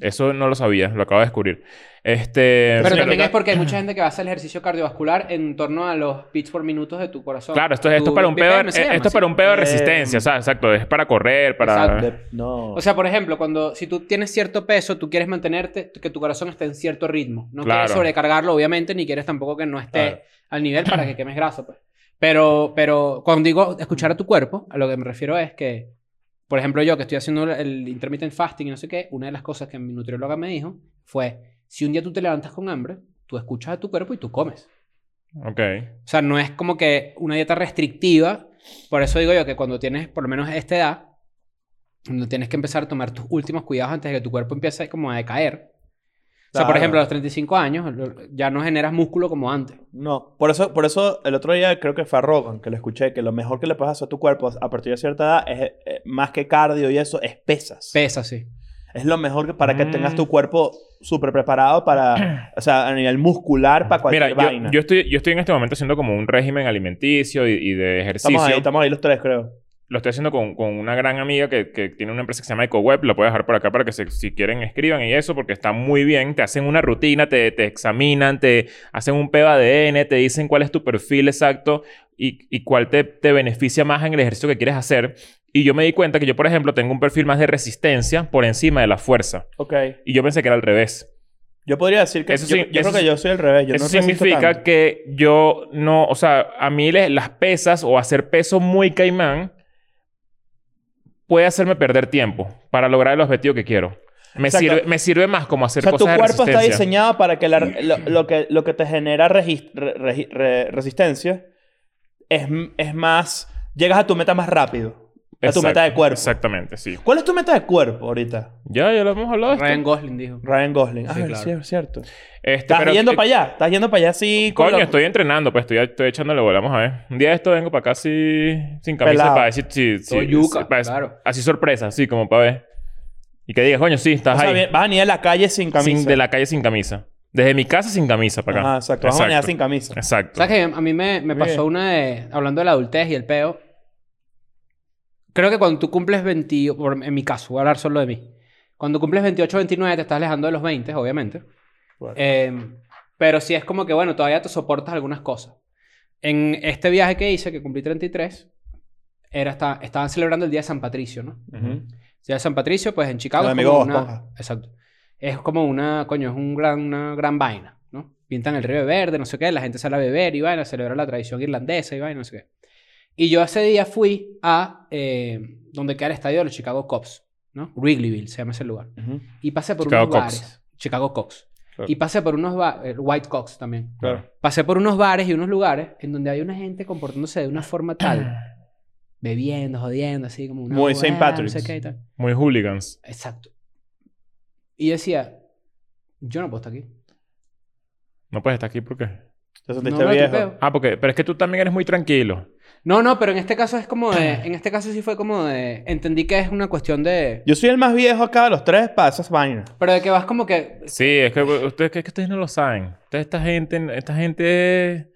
Eso no lo sabía, lo acabo de descubrir. Este,
Pero
Sí,
también
pero-
es porque hay mucha gente que va a hacer el ejercicio cardiovascular en torno a los beats por minutos de tu corazón.
Claro, esto, es- esto
Tu
es para un pedo,
BPM
de-
se llama,
esto es
sí.
para un pedo de resistencia,
Eh,
o sea, exacto, es para correr, para
Exacto.
De- no.
O sea, por ejemplo, cuando si tú tienes cierto peso, tú quieres mantenerte, que tu corazón esté en cierto ritmo. No
Claro.
quieres sobrecargarlo, obviamente, ni quieres tampoco que no esté
Claro.
al nivel para que quemes grasa. pues. Pero, pero cuando digo escuchar a tu cuerpo, a lo que me refiero es que, por ejemplo, yo que estoy haciendo el intermittent fasting y no sé qué, una de las cosas que mi nutrióloga me dijo fue, si un día tú te levantas con hambre, tú escuchas a tu cuerpo y tú comes.
Ok.
O sea, no es como que una dieta restrictiva. Por eso digo yo que cuando tienes por lo menos esta edad, donde tienes que empezar a tomar tus últimos cuidados antes de que tu cuerpo empiece como a decaer. O sea, por
Claro.
ejemplo, a los 35 años lo- ya no generas músculo como antes.
No, por eso, por eso el otro día creo que fue a Rogan que lo escuché, que lo mejor que le puedes hacer a tu cuerpo a partir de cierta edad es eh, más que cardio y eso, es pesas.
Pesa, sí.
es lo mejor que- para que
Mm.
tengas tu cuerpo súper preparado para, o sea, a nivel muscular, para cualquier
Mira, yo-
vaina.
yo, estoy, yo estoy en este momento haciendo como un régimen alimenticio y, y de ejercicio.
estamos ahí, estamos ahí los tres, creo.
Lo estoy haciendo con, con una gran amiga que, que tiene una empresa que se llama EcoWeb. La puedo dejar por acá para que se- si quieren escriban y eso, porque está muy bien. Te hacen una rutina, te, te examinan, te hacen un peo ADN, te dicen cuál es tu perfil exacto y, y cuál te, te beneficia más en el ejercicio que quieres hacer. Y yo me di cuenta que yo, por ejemplo, tengo un perfil más de resistencia por encima de la fuerza.
Ok.
Y yo pensé que era al revés.
Yo podría decir que
Eso
yo,
sí,
yo
eso
creo que
sí-
yo soy al revés. Yo
Eso
no resisto
significa
tanto.
que yo no, o sea, a mí le- las pesas o hacer peso muy caimán puede hacerme perder tiempo para lograr el objetivo que quiero. Me,
Exacto.
sirve, me sirve más como hacer
O sea, tu
cosas de
cuerpo está
resistencia.
diseñado para que, la- lo, lo que lo que te genera regis- re- re- re- resistencia es, es más... Llegas a tu meta más rápido. A tu
Exacto,
meta de cuerpo.
Exactamente, sí.
¿Cuál es tu meta de cuerpo ahorita?
Ya, ya lo hemos hablado. de esto.
Ryan Gosling dijo.
Ryan Gosling.
Sí,
ah,
claro.
sí, es cierto.
Este,
Estás
pero-
yendo
eh,
para allá. Estás yendo para allá sí. con
Coño,
la-
estoy entrenando, pues estoy, estoy echándole bola. Vamos a ver. Un día de esto vengo para acá así, sin camisa,
Pelado.
para decir, sí, sí,
Todo yuca,
sí, para-
claro.
Así sorpresa, así como para ver. Y que digas, coño, sí,
O
estás
sea,
ahí.
bien, vas a venir a la calle sin camisa.
Sin- de la calle sin camisa. Desde mi casa sin camisa para acá.
Ajá, exacto. Vas a venir sin camisa.
Exacto.
¿Sabes que a mí me, me
Muy
pasó
bien.
una de... Hablando de la adultez y el peo. Creo que cuando tú cumples 20... por- En mi caso, voy a hablar solo de mí. Cuando cumples 28 29 te estás alejando de los 20, obviamente.
Claro.
Eh, pero sí es como que, bueno, todavía te soportas algunas cosas. En este viaje que hice, que cumplí 33, era, esta- estaban celebrando el Día de San Patricio, ¿no?
Ujú.
El Día de San Patricio, pues en Chicago...
Los
es
amigos
como
de
una-
Esponja.
Exacto. Es como una, coño, es un gran, una gran vaina, ¿no? Pintan el río de verde, no sé qué, la gente sale a beber y vaina, celebra la tradición irlandesa y vaina, no sé qué. Y yo ese día fui a eh, donde queda el estadio de los Chicago Cubs, ¿no? Wrigleyville se llama ese lugar.
Ujú.
Y pasé por
Chicago
unos
Cubs.
bares. Chicago Cox.
Claro.
Y pasé por unos bares. White Cox también.
Claro.
Pasé por unos bares y unos lugares en donde hay una gente comportándose de una forma tal. bebiendo, jodiendo, así como una.
Muy
huevada,
St.
no
Patrick's.
sé qué y tal.
Muy hooligans.
Exacto. Y decía, yo no puedo estar aquí.
No puedes estar aquí porque.
Te
No
sentiste
veo tu
viejo.
peo.
Ah, porque. Pero es que tú también eres muy tranquilo.
No, no, pero en este caso es como de. En este caso sí fue como de. Entendí que es una cuestión de.
Yo soy el más viejo acá de los tres para esas vainas.
Pero de que vas como que.
Sí, es que ustedes, que, que ustedes no lo saben. Ustedes, esta gente. Esta gente.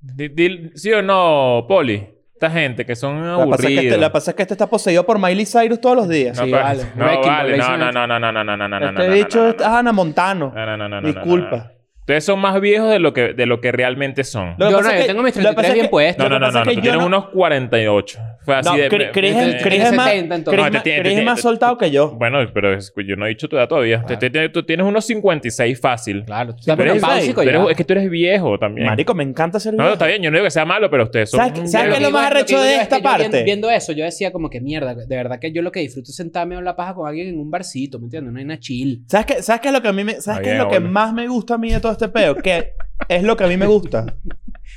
di- di- ¿Sí o no, Poli? Esta gente que son
La que
aburridos.
pasa es que este, la pasa es que este está poseído por Miley Cyrus todos los días.
no,
Sí,
pero-
vale.
no,
Breaking Ball,
vale.
le
No,
dicen
no,
eso.
no, no, no, no, no, no, no, no,
este
no,
dicho
no, no,
es Ana Montano.
No, no, no, no, no, no,
Disculpa.
no, no. Ustedes son más viejos de lo que, de lo que realmente son.
Lo que
yo
pasa
no,
es
yo
que-
tengo mis
lo que pasa
33
es
bien
que-
puestos.
No,
Lo
no,
que
no,
pasa
no,
es
no.
que
Tú
yo
tienes
no-
unos 48. Fue así
No,
de.
Cre- Cris
me-
es-
me-
Cris es más-
70 entonces.
Cris
No, te
ma-
tiene-
Cris
te-
es más
te-
soltado que yo.
Bueno, pero es que yo no he dicho tu edad todavía. Te- te- te- tú tienes unos 56 fácil.
Claro, tú
Sí,
estás
Tú eres-
pero es-
menopáusico
tú eres-
ya.
es que tú eres viejo también.
Marico, me encanta ser
no,
viejo.
no, está bien. Yo no digo que sea malo, pero ustedes son...
¿Sabes qué- sabes
Pero
qué
lo
es lo más
digo-
arrecho
que
de
digo es
esta
que yo vien-
parte?
Viendo eso, yo decía como que mierda, de verdad que yo lo que disfruto es sentarme a hablar paja con alguien en un barcito, ¿me entiendes? No hay una chill.
¿Sabes qué, ¿Sabes qué es lo que a mí me, ¿sabes
Ah,
qué es
bien,
lo que
bueno.
más me gusta a mí de todo este peo? Que es lo que a mí me gusta.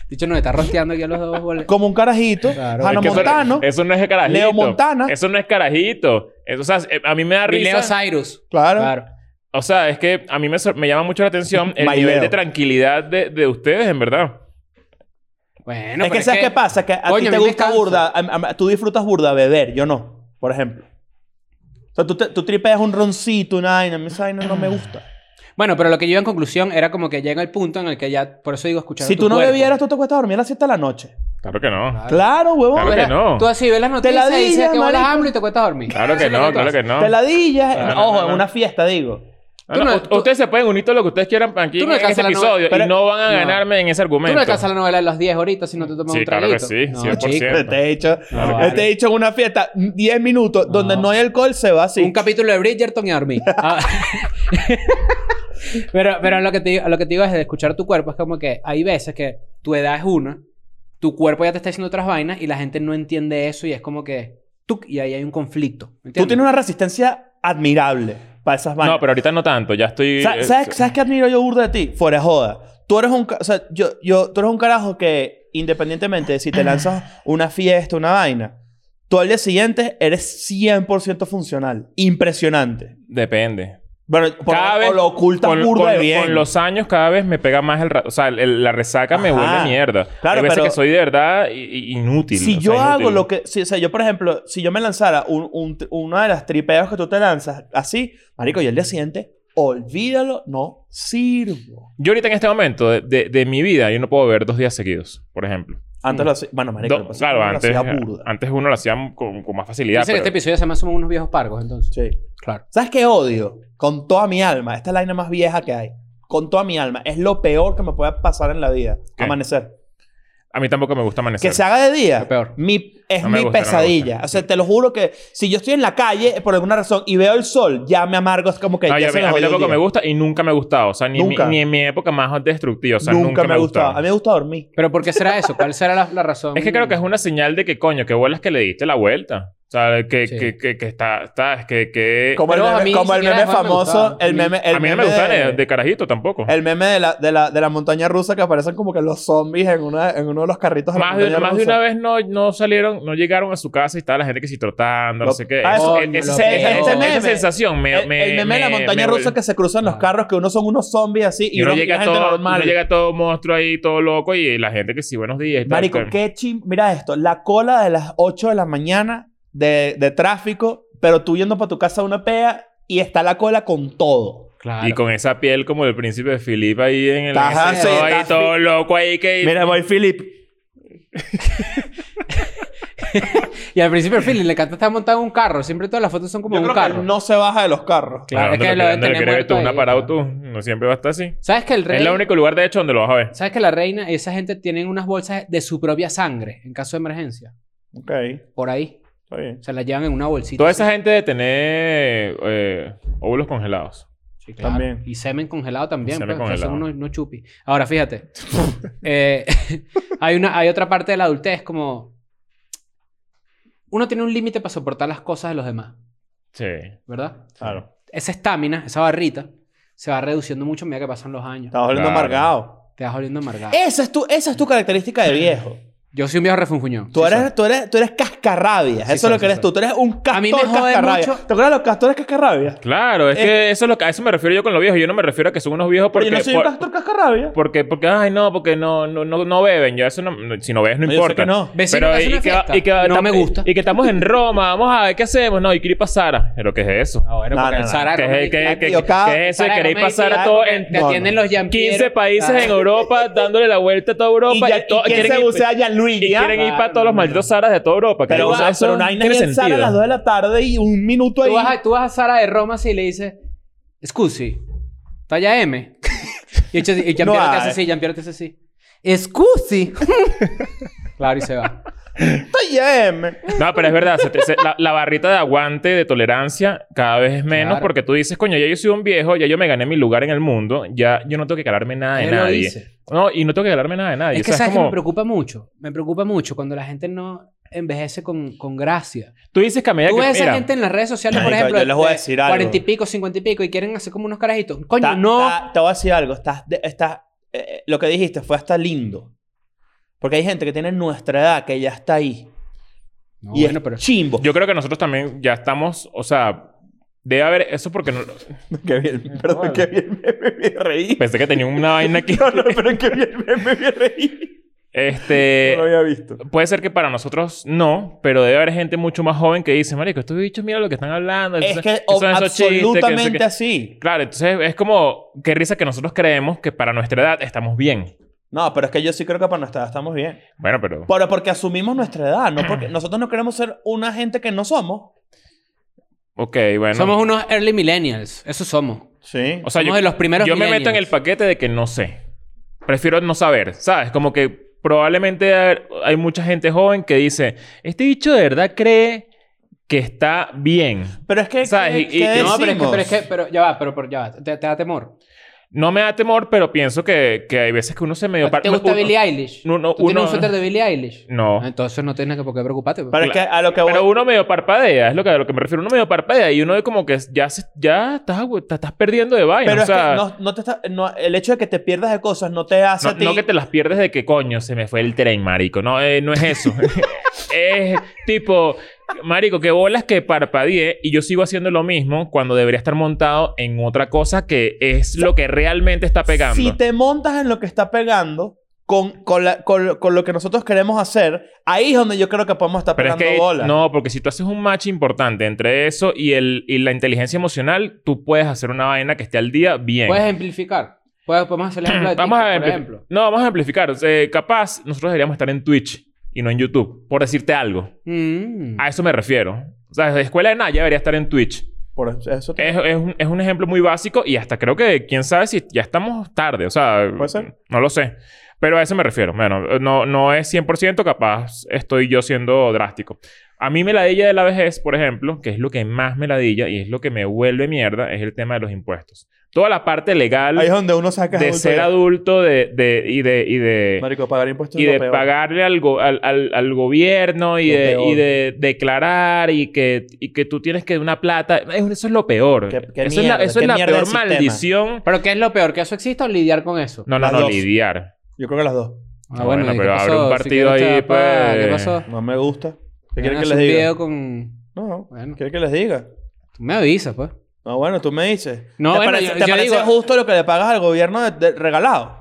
Dicho, nos está rosteando aquí a los dos boles.
Como un carajito,
Claro.
Es
Hannah
que eso-
Montano.
Eso, no es carajito.
Leo Montana.
Eso no es carajito. Eso, o sea, eh, a mí me da
Y Leo
risa.
Cyrus.
Claro.
Claro.
O sea, es que a mí me, sor- me llama mucho la atención el
My
nivel
Leo.
de tranquilidad de, de ustedes, en verdad.
Bueno,
es
pero
que ¿sabes qué pasa? Que a
Coño,
ti
a
te
mí me
gusta
cansa.
burda. a- a- tú disfrutas burda beber. Yo no, por ejemplo. O sea, tú, te- tú tripeas un roncito, una vaina. A mí esa vaina no me gusta.
Bueno, pero lo que yo iba en conclusión era como que llega el punto en el que ya, por eso digo escuchar. a
Si
tu
tú no
cuerpo.
bebieras, tú te cuesta dormir a las 7 de la noche.
Claro que no.
Claro.
Claro, huevón.
Claro
Tú
que
eres-
no.
Tú así ves las noticias
la
y dices
dilla,
que bolas
marico.
hambre y te cuesta dormir.
Claro que
Eso es lo
no,
tú
claro
haces.
que no.
Te la dillas.
No, no,
eh, Ojo,
no, no.
en una fiesta, digo.
No,
Tú
Ah, no,
no-
u- Ustedes se pueden unir todo lo que ustedes quieran aquí
Tú no
en este
alcanzas la
episodio
novela.
y no van a
Pero-
ganarme en ese argumento.
Tú no alcanzas la novela de los 10 ahorita si no te tomas
Sí,
un
claro
traguito.
que sí,
No,
100%.
chico.
Cierto.
Te he Este hecho,
No,
te he
vale.
dicho en una fiesta 10 minutos donde
No.
no hay alcohol, se va así.
Un capítulo de Bridgerton y a dormir. Ah. pero pero lo, que te, digo- lo que te digo es de escuchar tu cuerpo. Es como que hay veces que tu edad es una, tu cuerpo ya te está diciendo otras vainas y la gente no entiende eso y es como que... tuc, y ahí hay un conflicto. ¿me
Tú
entiendes?
tienes una resistencia admirable para esas vainas.
No, pero ahorita no tanto. Ya estoy...
Sa-
eh,
¿Sabes, ¿Sabes qué admiro yo burda de ti? Fuera de joda. Tú eres un, ca- o sea, yo, yo, tú eres un carajo que independientemente de si te lanzas una fiesta, una vaina, Tú al día siguiente eres 100% funcional. Impresionante.
Depende.
Bueno, por-
Cada
o
vez-
lo oculta
con,
burda
con-
de bien.
con los años cada vez me pega más el... ra- O sea, el- el- la resaca me
Ajá.
vuelve mierda.
Claro,
Hay veces
pero-
que soy de verdad i- i- inútil.
Si
o sea,
yo hago
inútil.
lo que... Si, o sea, yo, por ejemplo, si yo me lanzara un- un- una de las tripeos que tú te lanzas así, marico, y al día siguiente, olvídalo, no sirvo.
Yo ahorita en este momento de, de- de mi vida, yo no puedo ver dos días seguidos, por ejemplo.
Antes lo hacía... Bueno, marico,
Do-
lo que pasa es que
claro,
uno lo
antes,
hacía burda.
antes uno lo hacía con, con más facilidad.
Dice que
pero-
este episodio además somos unos viejos pargos, entonces.
Sí.
Claro.
¿Sabes qué odio? Con toda mi alma. Esta es la vaina más vieja que hay. Con toda mi alma. Es lo peor que me puede pasar en la vida.
¿Qué?
Amanecer.
A mí tampoco me gusta
Que
amanecer.
se haga de día.
Lo peor.
Mi, es
No me
mi
gusta, no me
pesadilla.
gusta.
o sea, te lo juro que si yo estoy en la calle eh, por alguna razón y veo el sol, ya me amargo. Es como que.
No,
ya
ya
se
ve,
me
a mí
jodió el
tampoco
día.
me gusta y nunca me ha gustado. O sea, ni, en mi-
Nunca.
ni en mi época más destructiva. O sea,
nunca, me ha
gustado.
gustado. A mí me gusta dormir.
Pero ¿por qué será eso? ¿Cuál será la, la razón?
Es que creo que es una señal de que, coño, que bolas que le diste la vuelta. O sea, que,
Sí.
que, que, que está, está, es que, que...
Como el
Eh, Pero a
meme,
mí ni
como el
siquiera
meme
de Juan me
famoso.
gustaba.
El
A mí-
meme. El
a mí no
meme
me gusta de,
de-
de carajito tampoco.
El meme de la, de, la, de la montaña rusa que aparecen como que los zombies en, una, en uno de los carritos de la
Más de,
montaña
más de
rusa.
una vez no, no salieron, no llegaron a su casa y estaba la gente que sí trotando, no
Lo-
sé qué.
Ah,
Eso-
eso-
e- ese-
lo peor.
esa-
Ese
esa-
meme.
esa sensación me...
el,
me-
el meme de la
me- me
montaña rusa
vuelve-
que se cruzan los
Ah.
carros, que unos son unos zombies así y,
Y uno,
unos- y
llega
gente
todo, uno
normal.
llega todo monstruo ahí, todo loco, y la gente que sí, buenos días. y tal,
Marico,
tal.
qué chim... Mira esto, la cola de las 8 de la mañana de, de tráfico, pero tú yendo para tu casa a una pea y está la cola con todo.
Claro.
Y con esa piel como el príncipe Felipe ahí en el...
Ajá,
ese-
sí,
todo ahí,
está-
todo loco ahí que...
Mira, voy Philip.
Y al principio, Philly le encanta estar montado en un carro. Siempre todas las fotos son como
Yo
un
creo
carro.
que no se baja de los carros.
Claro, es que lo
lo
deben
dónde lo
tener
quieres ver tú,
muerto
un
ahí,
aparado tú.
claro.
No siempre va a estar así.
¿Sabes que el rey.
Es el único lugar, de hecho, donde lo vas a ver.
¿Sabes que la reina, esa gente tienen unas bolsas de su propia sangre en caso de emergencia?
Ok, está
Por ahí.
bien.
Se la llevan en una bolsita.
Toda
así.
esa gente de tener eh, óvulos congelados.
Sí, claro.
También.
Y semen congelado también.
Semen
pues, que son
congelado.
unos, unos chupis. Ahora, fíjate. eh, hay, una, hay otra parte de la adultez como... Uno tiene un límite para soportar las cosas de los demás,
Sí.
¿verdad?
Claro.
Esa estamina, esa barrita, se va reduciendo mucho a medida que pasan los años.
Estás oliendo
Claro.
amargado.
Te vas oliendo amargado.
Esa es, tu, esa es tu característica de viejo.
Yo soy un viejo refunfuñón.
Tú,
Sí soy.
eres, tú, eres, tú eres cascarrabias.
Sí
eso es
soy,
lo que
sí
eres
soy.
tú. Tú eres un castor
A mí me jode
cascarrabias.
mucho-
¿Te acuerdas de los castores cascarrabias?
Claro, es
Eh,
que eso es lo que, a eso me refiero yo con los viejos. Yo no me refiero a que son unos viejos
Pero
porque...
yo no soy un
por-
castor cascarrabia.
porque, porque, ay, no, porque no, no, no, no beben. Yo eso no, no- si no bebes no
No, yo sé
importa.
que no.
Vecino,
Pero
¿me hace
y
una
que,
fiesta?
y que-
no
tam-
me gusta.
Y, y que estamos en Roma, vamos a ver qué hacemos. No, y quiere pasar a... ¿Pero qué es eso?
Ahora,
No,
porque
no,
el
no.
Sara
¿Qué
no
es, qué,
me-
qué-
aquí,
qué-
acá-
qué es eso? de
Sara,
Queréis
no me
pasar a
digas
todo
porque
en
Te
No,
atienden los yamperos.
15 países
Ah.
en Europa, dándole la vuelta a toda Europa.
Y, ya,
to-
y quién
quieren
se
ir-
bucea Gianluigi,
y
¿ah?
quieren ir
Claro,
para todos los
no,
malditos Saras de toda Europa. que
Pero,
o sea,
una,
eso
pero
no
una vaina
tiene
es el Sara a
sentido.
las 2 de la tarde y un minuto ahí.
Tú vas, a, tú vas a Sara de Roma así y le dices, Scusi, talla M. y hecho, y Jean
No
Pierre te
hay.
hace así, Jean Pierre te hace así. Scusi. claro, y se va.
Ay, em.
No, pero es verdad. se te- se- la, la barrita de aguante, de tolerancia, cada vez es menos.
Claro.
Porque tú dices, coño, ya yo soy un viejo, ya yo me gané mi lugar en el mundo. Ya yo no tengo que calarme nada de
Él lo
nadie.
dice.
No, y no tengo que calarme nada de nadie.
Es que
o sea,
sabes
es
que me
como...
preocupa mucho. Me preocupa mucho cuando la gente no envejece con, con gracia.
Tú dices que a medida
Tú
que...
ves a esa
mira,
gente en las redes sociales, por
Marico,
ejemplo,
yo les voy a
de
decir algo.
40 y pico, 50 y pico, y quieren hacer como unos carajitos. Coño,
Ta-
no.
ta- te voy a decir algo. Estás, de- estás- eh, lo que dijiste fue hasta lindo. Porque hay gente que tiene nuestra edad que ya está ahí.
No,
y
bueno,
es
pero...
chimbo.
Yo creo que nosotros también ya estamos... O sea, debe haber... Eso porque no...
Qué bien, perdón,
vale.
qué bien me, me- me reí.
Pensé que tenía una vaina aquí.
No, no, pero qué bien me, me- me reí.
Este...
No lo había visto.
Puede ser que para nosotros no, pero debe haber gente mucho más joven que dice, marico, estos bichos mira lo que están hablando.
Es
esos-
que
esos- esos chistes, que no sé
absolutamente
qué".
así.
Claro, entonces es como, qué risa que nosotros creemos que para nuestra edad estamos bien.
No, pero es que yo sí creo que para nuestra edad estamos bien.
Bueno, pero...
Pero porque asumimos nuestra edad, no porque nosotros no queremos ser una gente que no somos.
Ok, bueno.
Somos unos early millennials. Eso somos.
Sí.
O sea,
somos
yo,
de los primeros
yo me meto en
millennials.
el paquete de que no sé. Prefiero no saber, ¿sabes? Como que probablemente hay- hay mucha gente joven que dice, este bicho de verdad cree que está bien.
Pero es que.
¿Sabes?
¿qué-
Y- y-
qué
y-
No, pero es que,
decimos?
pero es que, pero ya va, pero, pero ya va. Te, te da temor.
No me da temor, pero pienso que, que hay veces que uno se medio...
¿A ti ¿Te
par-
gusta
uno-
Billie Eilish?
no, no,
¿Tú tienes
uno-
un suéter de Billie Eilish?
No.
Ah, Entonces no tienes que por qué preocuparte. pues.
Pero es que a lo que voy.
Pero uno medio parpadea, es lo que, a lo que me refiero. Uno medio parpadea y uno es como que ya, se- ya estás, agu- te estás perdiendo de vaina.
pero
o sea,
es que no, no te está- no, el hecho de que te pierdas de cosas no te hace
no,
a ti.
no que te las pierdes de que coño se me fue el tren, marico. No, eh, no es eso. es tipo, Marico, qué bolas que parpadeé y yo sigo haciendo lo mismo cuando debería estar montado en otra cosa que es lo que realmente está pegando.
Si te montas en lo que está pegando con, con, la- con- con lo que nosotros queremos hacer, ahí es donde yo creo que podemos estar
Pero es
pegando
que
bola.
no, porque si tú haces un match importante entre eso y el y la inteligencia emocional, tú puedes hacer una vaina que esté al día bien.
Puedes amplificar. Puedes- podemos hacer el ejemplo de
vamos
TikTok,
a
por
ampli-
ejemplo.
No, vamos a amplificar. Eh, capaz nosotros deberíamos estar en Twitch y no en YouTube, por decirte algo.
Mm.
A eso me refiero. O sea, la escuela de nada ya debería estar en Twitch.
Por eso- eso te-
Es, es un, es un ejemplo muy básico y hasta creo que quién sabe si ya estamos tarde. O sea,
Puede ser.
no lo sé. Pero a eso me refiero. Bueno, no, no es 100% capaz. Estoy yo siendo drástico. A mí me ladilla de la vejez, por ejemplo, que es lo que más me ladilla y es lo que me vuelve mierda, es el tema de los impuestos. Toda la parte legal
ahí es eh. donde uno saca
de ser adulto de, de- y de, y de,
Marico, pagar impuestos
y
es lo
de
peor.
pagarle al, go- al, al- al gobierno y
Lo
de,
peor.
y de declarar y que, y que tú tienes que una plata. Es- Eso es lo peor.
Qué- qué
eso es
mierda,
la, eso es
qué
la
mierda de
peor
sistema.
maldición.
Pero ¿qué es lo peor? ¿Que eso exista o lidiar con eso?
No, no,
Las
no,
dos.
lidiar.
Yo creo que las dos.
Ah, bueno,
¿y qué
pero abre
pasó?
un
Si
partido
quieres te
ahí,
da pa- ¿Qué
pues.
pasó?
No me gusta. ¿Qué quieren
Hagan
que
un
les diga?
video con...
No,
Bueno.
¿quieres que les diga?
Tú me avisas, pues.
No, bueno, tú me dices.
No,
¿Te
bueno,
parece,
yo-
te
yo
parece
digo-
justo lo que le pagas al gobierno de- de- regalado?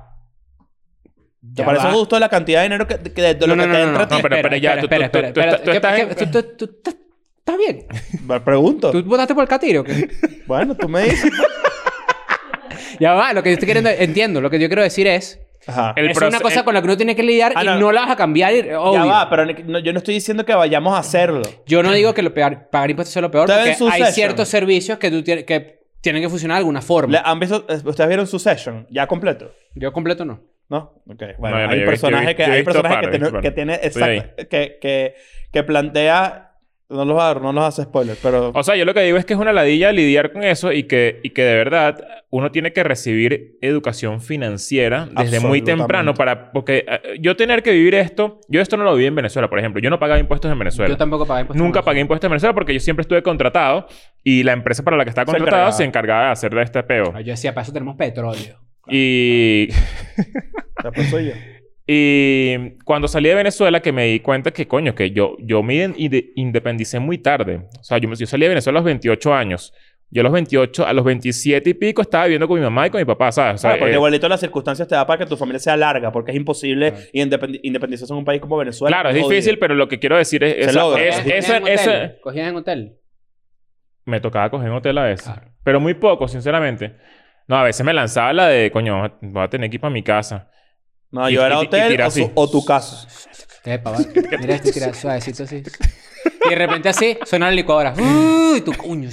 ¿Te
Ya
parece
va.
justo la cantidad de dinero que, que- de, de lo
No,
que
no,
te
no,
entra
no,
a ti?
No, pero- pero ya, tú-
espera,
tú- tú-
espera, espera.
tú- tú estás
¿Qué-
en-
qué- tú- tú- tú- tú- tú- ¿Estás bien?
Me Pregunto.
¿Tú votaste por el catiro?
Bueno, tú me dices.
Ya va, lo que yo estoy queriendo... Entiendo, lo que yo quiero decir es...
Ajá.
El
es
proce-
una cosa
el-
con la que uno tiene que lidiar
Ah,
y
no.
no. la vas a cambiar, y- obvio.
Ya va, pero ni- no, yo no estoy diciendo que vayamos a hacerlo.
Yo no digo que lo pegar- pagar impuestos sea lo peor,
Está en
porque hay
Succession.
ciertos servicios que, tú tienes- que tienen que funcionar de alguna forma.
Le- ¿han visto- eh, ¿Ustedes vieron su session? ¿Ya completo?
Yo completo no.
¿No? Ok.
No,
Bueno,
yo no,
hay
yo he
un
visto- yo he
personaje que,
visto
hay un personaje
par,
que,
he visto
tiene-
par.
que tiene
Estoy
exacto- que, que, que plantea. No los, va- no los hace spoiler, pero.
O sea, yo lo que digo es que es una ladilla lidiar con eso y que, y que de verdad uno tiene que recibir educación financiera desde muy
Absolutamente.
temprano para... Porque eh, yo tener que vivir esto... Yo esto no lo viví en Venezuela, por ejemplo. Yo no pagaba impuestos en Venezuela.
Yo tampoco pagué
Pues
impuestos.
Nunca
no.
pagué impuestos en Venezuela porque yo siempre estuve contratado y la empresa para la que estaba
Se
contratado
encargaba.
se encargaba de hacerle este peo.
Ah, Yo decía, para eso tenemos petróleo.
Y,
la pues soy yo.
y cuando salí de Venezuela que me di cuenta que, coño, que yo, yo me inde- inde- independicé muy tarde. O sea, yo, me- yo salí de Venezuela a los 28 años. Yo a los 28, a los 27 y pico estaba viviendo con mi mamá y con mi papá, ¿sabes? O sea,
Claro, Ah, porque
eh,
igualito las circunstancias te da para que tu familia sea larga, porque es imposible
Claro.
independi- independizarse en un país como Venezuela.
claro, es
Jodido.
difícil, pero lo que quiero decir es...
Se
esa-
logra.
es-
¿Cogías
esa-
en hotel?
esa-
¿Cogías en hotel?
me tocaba coger en hotel a veces.
Claro.
Pero muy poco, sinceramente. No, a veces me lanzaba la de, coño, voy a tener que ir para mi casa.
No,
Y-
yo era
y- y
hotel
tira
o, su-
así.
o tu casa.
Epa, va. Mira esto, tira suavecito así. Y de repente así, suena la licuadora. Uy, tu coño.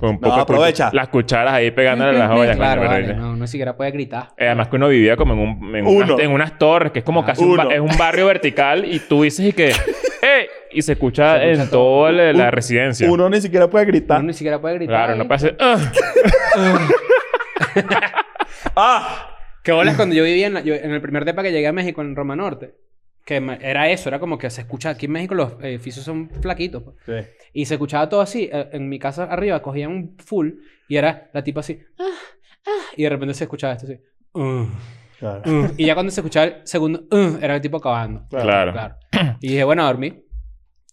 Con un
No,
poco de cu-
aprovecha.
Las cucharas ahí pegándole a las ollas.
Claro,
coño,
vale,
pero-
no, no siquiera puede gritar.
Eh, Además que uno vivía como en, un, en,
Uno.
unas, en unas torres, que es como casi un, ba-
Uno.
es un barrio vertical y tú dices y que... ¡Eh! Y se escucha,
Se escucha
en toda la, la
Un-
residencia.
Uno ni siquiera puede gritar.
Uno ni siquiera puede gritar.
Claro, no pasa... ¡Ah!
¡Ah!
¿Qué bolas cuando yo vivía en, la- yo- en el primer depa que llegué a México, en Roma Norte? Que me- era eso, era como que se escucha... Aquí en México los edificios son flaquitos. pues.
Sí.
Y se escuchaba todo así. eh, En mi casa arriba cogían un full y era la tipa así. "Ah, ah", y de repente se escuchaba esto así. "Uh,
Claro.
uh". Y ya cuando se escuchaba el segundo, "Uh", era el tipo acabando.
Claro.
Claro. Y dije, bueno, a dormir.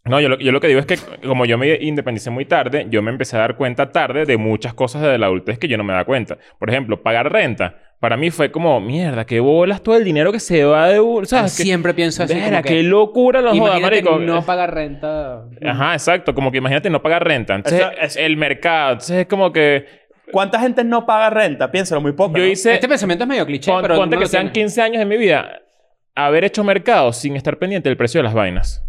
No, yo lo, yo lo que digo es que como yo me independicé muy tarde, yo me empecé a dar cuenta tarde de muchas cosas de la adultez que yo no me daba cuenta. Por ejemplo, pagar renta. Para mí fue como, mierda, qué bolas todo el dinero que se va de... u- ¿Sabes? Que-
Siempre pienso así.
Ah, Verga,
como que,
qué locura los jodas,
imagínate
marico.
no pagar renta.
Ajá, exacto. Como que imagínate no pagar renta. Entonces,
Eso es-
el mercado. Entonces, es como que...
¿Cuánta gente no paga renta? Piénsalo, muy poco.
Yo
¿no?
hice...
Este pensamiento es medio cliché,
pon-
pero
ponte
uno
que
lo
sean
tiene.
15 años de mi vida. Haber hecho mercado sin estar pendiente del precio de las vainas.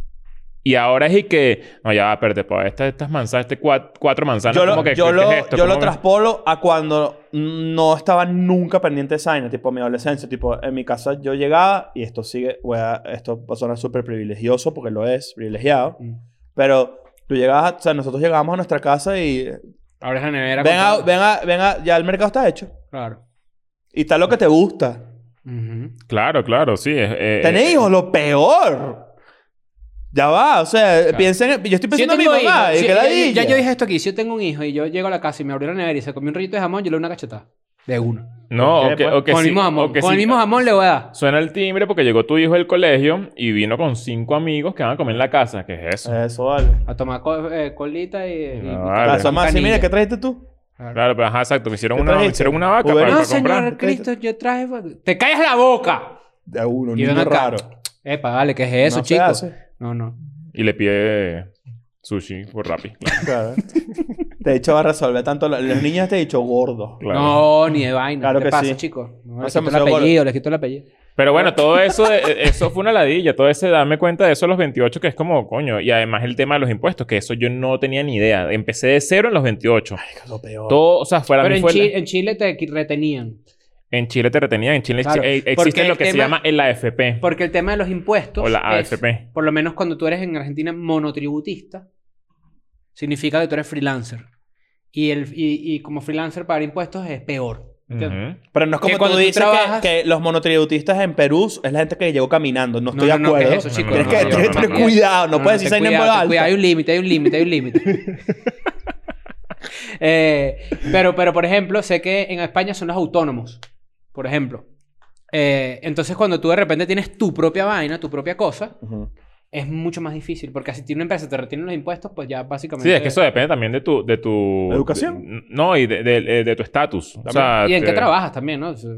Y ahora es y que... No, ya, espérate. Pues, estas, estas manzanas... Este cua- cuatro manzanas.
Yo lo,
como que,
yo
¿qué
lo,
es esto?
yo lo
¿Cómo que-
traspolo a cuando no estaba nunca pendiente de vaina, tipo mi adolescencia, tipo en mi casa yo llegaba y esto sigue, voy a- esto va a sonar súper privilegioso porque lo es, privilegiado,
Mm.
pero tú llegabas, o sea, nosotros llegábamos a nuestra casa y
Ahora es la nevera.
ven a,
comprada.
ven a- ven a- ya el mercado está hecho
Claro.
y está lo que te gusta.
Ujú.
Claro, claro. Sí. es- eh,
Tener
eh,
hijos, lo peor. Ya va, o sea, piensen, en- yo estoy
Si yo
pensando en mi
tengo
mamá
hijos,
y
si-
que
ya,
la
ya- ya yo dije esto aquí. Si yo tengo un hijo y yo llego a la casa y me abrió la nevera y se comió un rollito de jamón, yo le doy una cachetada. De uno.
No,
Ok,
o que,
pues,
o que
con
sí-
el mismo jamón.
o que
Con el
sí-
mismo jamón le voy a dar.
Suena el timbre porque llegó tu hijo del colegio y vino con cinco amigos que van a comer en la casa. ¿Qué es eso?
Eso vale.
A tomar co- eh, colita y... y-
No,
y-
Ah, vale.
Pasó más. Sí,
Canilla.
mira, ¿qué trajiste tú?
Claro, pero ajá, exacto. Me hicieron
¿Qué
una, me
trajiste?
hicieron una vaca
Uber
para,
No,
para
señor
comprar.
Cristo, yo traje... ¡Te callas la boca!
De uno,
Y ven
niño
acá.
raro.
Epa, vale, ¿qué es eso,
No se
chicos?
hace.
No, no.
Y le pide sushi por Rappi. Claro.
Claro. Te he dicho va a resolver tanto. lo- Los niños te he dicho gordo.
claro.
No, ni de vaina.
Claro
¿Qué
que
pasa,
sí.
chicos? No,
No
les
se
quito el
me hizo
apellido, les quito el apellido.
Pero bueno, todo eso, de- e, eso fue una ladilla. Todo ese darme cuenta de eso a los 28, que es como, coño. Y además el tema de los impuestos, que eso yo no tenía ni idea. Empecé de cero en los 28.
Marico, lo peor.
Todo, o sea, fuera
Pero
mí
en,
fue la-
Chi- en Chile te qui- retenían.
en Chile te retenían. En Chile
Claro,
exi- eh,
porque
existe
el
lo que se
tema-
llama el AFP.
Porque el tema de los impuestos.
O la
es,
AFP.
Por lo menos cuando tú eres en Argentina monotributista, significa que tú eres freelancer. Y, el, y, y como freelancer pagar impuestos es peor. ¿entiendes?
Ujú.
Pero no es
que
como
cuando
tú
tú
dices que-
trabajas-
que, los monotributistas en Perú es la gente que llegó caminando. No
No,
estoy
no,
de
no, ¿qué es
acuerdo.
eso,
chicos?
Tienes
No,
que,
no,
tienes
no,
que tener
no.
cuidado. No, puedes
te
decir en
cuidado,
voz
te
alta.
cuidado, Hay un límite, hay un límite, hay un límite. Eh, pero, pero, por ejemplo, sé que en España son los autónomos, por ejemplo. Eh, entonces, cuando tú de repente tienes tu propia vaina, tu propia cosa,
Ujú.
es mucho más difícil. Porque si tiene una empresa, te retienen los impuestos, pues ya básicamente...
Sí, es que eso depende también de tu... De tu
¿Educación?
de- no, y de, de- de- de tu estatus. O sea,
Y en qué
te-
trabajas también, ¿no? O sea,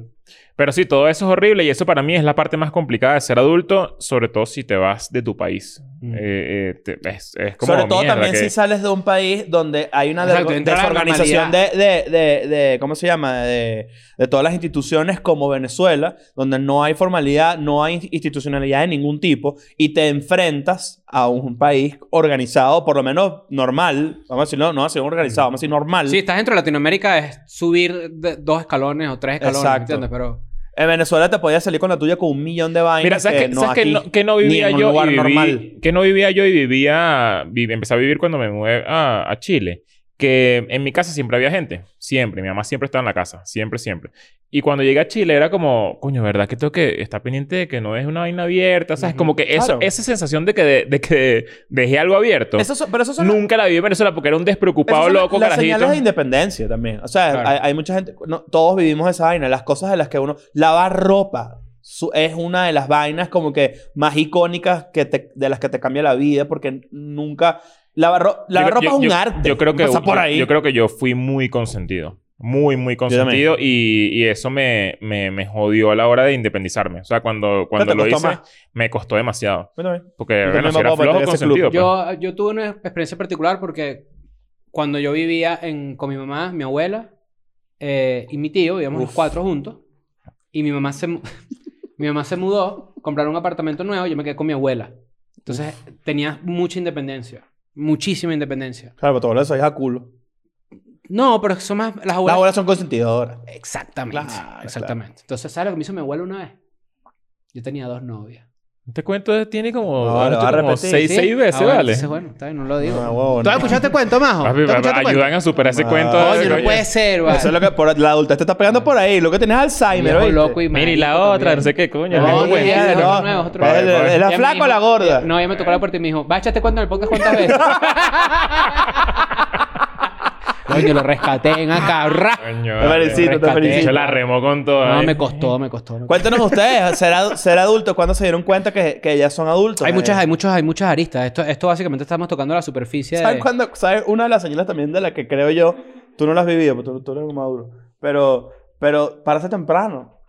Pero sí, todo eso es horrible y eso para mí es la parte más complicada de ser adulto, sobre todo si te vas de tu país.
Mm.
Eh, eh, te- es, es como
Sobre todo
mierda
también
que-
si sales de un país donde hay una
Exacto,
de-
entra la
desorganización de, de, de, de- ¿cómo se llama? De, de todas las instituciones como Venezuela, donde no hay formalidad, no hay institucionalidad de ningún tipo y te enfrentas a un país organizado, por lo menos normal, vamos a decirlo, no, decir organizado, vamos a decir normal.
Sí, estás dentro de Latinoamérica, es subir de- dos escalones o tres escalones,
Exacto.
¿entiendes? Pero...
En Venezuela te podías salir con la tuya con un millón de vainas.
Mira, ¿sabes
que
que,
no
sabes que
aquí,
no, que no
ni
vivía
en un
yo
lugar
y viví-
normal.
que no vivía yo y vivía... vi- empecé a vivir cuando me mudé a, a Chile. Que en mi casa siempre había gente. Siempre. Mi mamá siempre estaba en la casa. Siempre, siempre. Y cuando llegué a Chile era como... Coño, ¿verdad que tengo que estar pendiente de que no es una vaina abierta? O sea, es
Ujú.
como que eso,
Claro.
esa sensación de que, de, de que dejé algo abierto.
Eso son- pero eso son
Nunca la viví en Venezuela porque era un despreocupado
Esas son
loco,
las
carajito.
señales de independencia también. O sea,
Claro.
hay, hay mucha gente... no, todos vivimos esa vaina. Las cosas de las que uno... Lavar ropa su- es una de las vainas como que más icónicas que te- de las que te cambia la vida porque nunca... Lavar, ro- lavar
Yo-
ropa
yo-
es un
yo-
arte.
Yo creo que
Pasa por
yo-
ahí.
Yo, creo que yo fui muy consentido. Muy, muy
también.
consentido. Y, y eso me, me, me jodió a la hora de independizarme. O sea, cuando, cuando
te
lo
costó
hice,
más?
me costó demasiado.
Bueno,
Porque,
Yo
bueno,
también
si
me
era
puedo
flojo,
meter en ese
consentido.
club.
pues.
Yo, yo tuve una experiencia particular porque cuando yo vivía en, con mi mamá, mi abuela eh, y mi tío, vivíamos los
Uf.
cuatro juntos, y mi mamá se, mu- mi mamá se mudó, compraron un apartamento nuevo, yo me quedé con mi abuela. Entonces tenía mucha independencia, muchísima independencia.
Claro, pero todo eso es a culo.
No, pero son más las
Las
abuelas.
abuelas son consentidoras.
Exactamente,
Claro,
exactamente. Entonces, ¿sabes lo que me hizo mi abuela una vez? Yo tenía dos novias.
Este cuento tiene como,
pues. No, lo va a
como
repetir.
seis,
¿Sí?
seis veces,
Ah, bueno,
¿vale?
entonces, bueno, está bien, no lo digo.
No, Ah, huevón,
¿Tú has
no.
escuchado este cuento, Majo?
Papi,
¿Tú has escuchado este cuento?
ayudan a superar ese
No.
cuento.
pues. Ah. Oye,
de-
Coño, no
oye,
puede ser,
Eso es
vale.
lo que por, la adulta te está pegando por ahí. Lo que tenés es Alzheimer,
Viejo
¿oíste?
loco y
Mira, y la
marico
otra,
también.
no sé qué coño.
No,
el mismo
ya,
cuento.
ya,
no,
otro nuevo, otro
es
nuevo.
la- es la
Ya me
flaca
dijo-
o la gorda.
No, ella me tocó la puerta y me dijo, va, échate cuento en el podcast cuántas veces. Coño, lo rescaté en acá. ra.
Coño,
Te
vale.
felicito, te
Rescaté.
Se
felicito.
la remó con toda.
No,
¿eh?
me costó, me costó. me costó.
Cuéntanos ustedes, ser, adu- ser adultos, ¿cuándo se dieron cuenta que, que ya son adultos?
Hay muchas,
Eh,
hay muchos, hay muchas aristas. Esto, esto básicamente estamos tocando la superficie de...
¿Sabes cuándo? ¿Sabes? Una de las señales también de la que creo yo, tú no lo has vivido, porque tú, tú eres un maduro, pero, pero pararse temprano.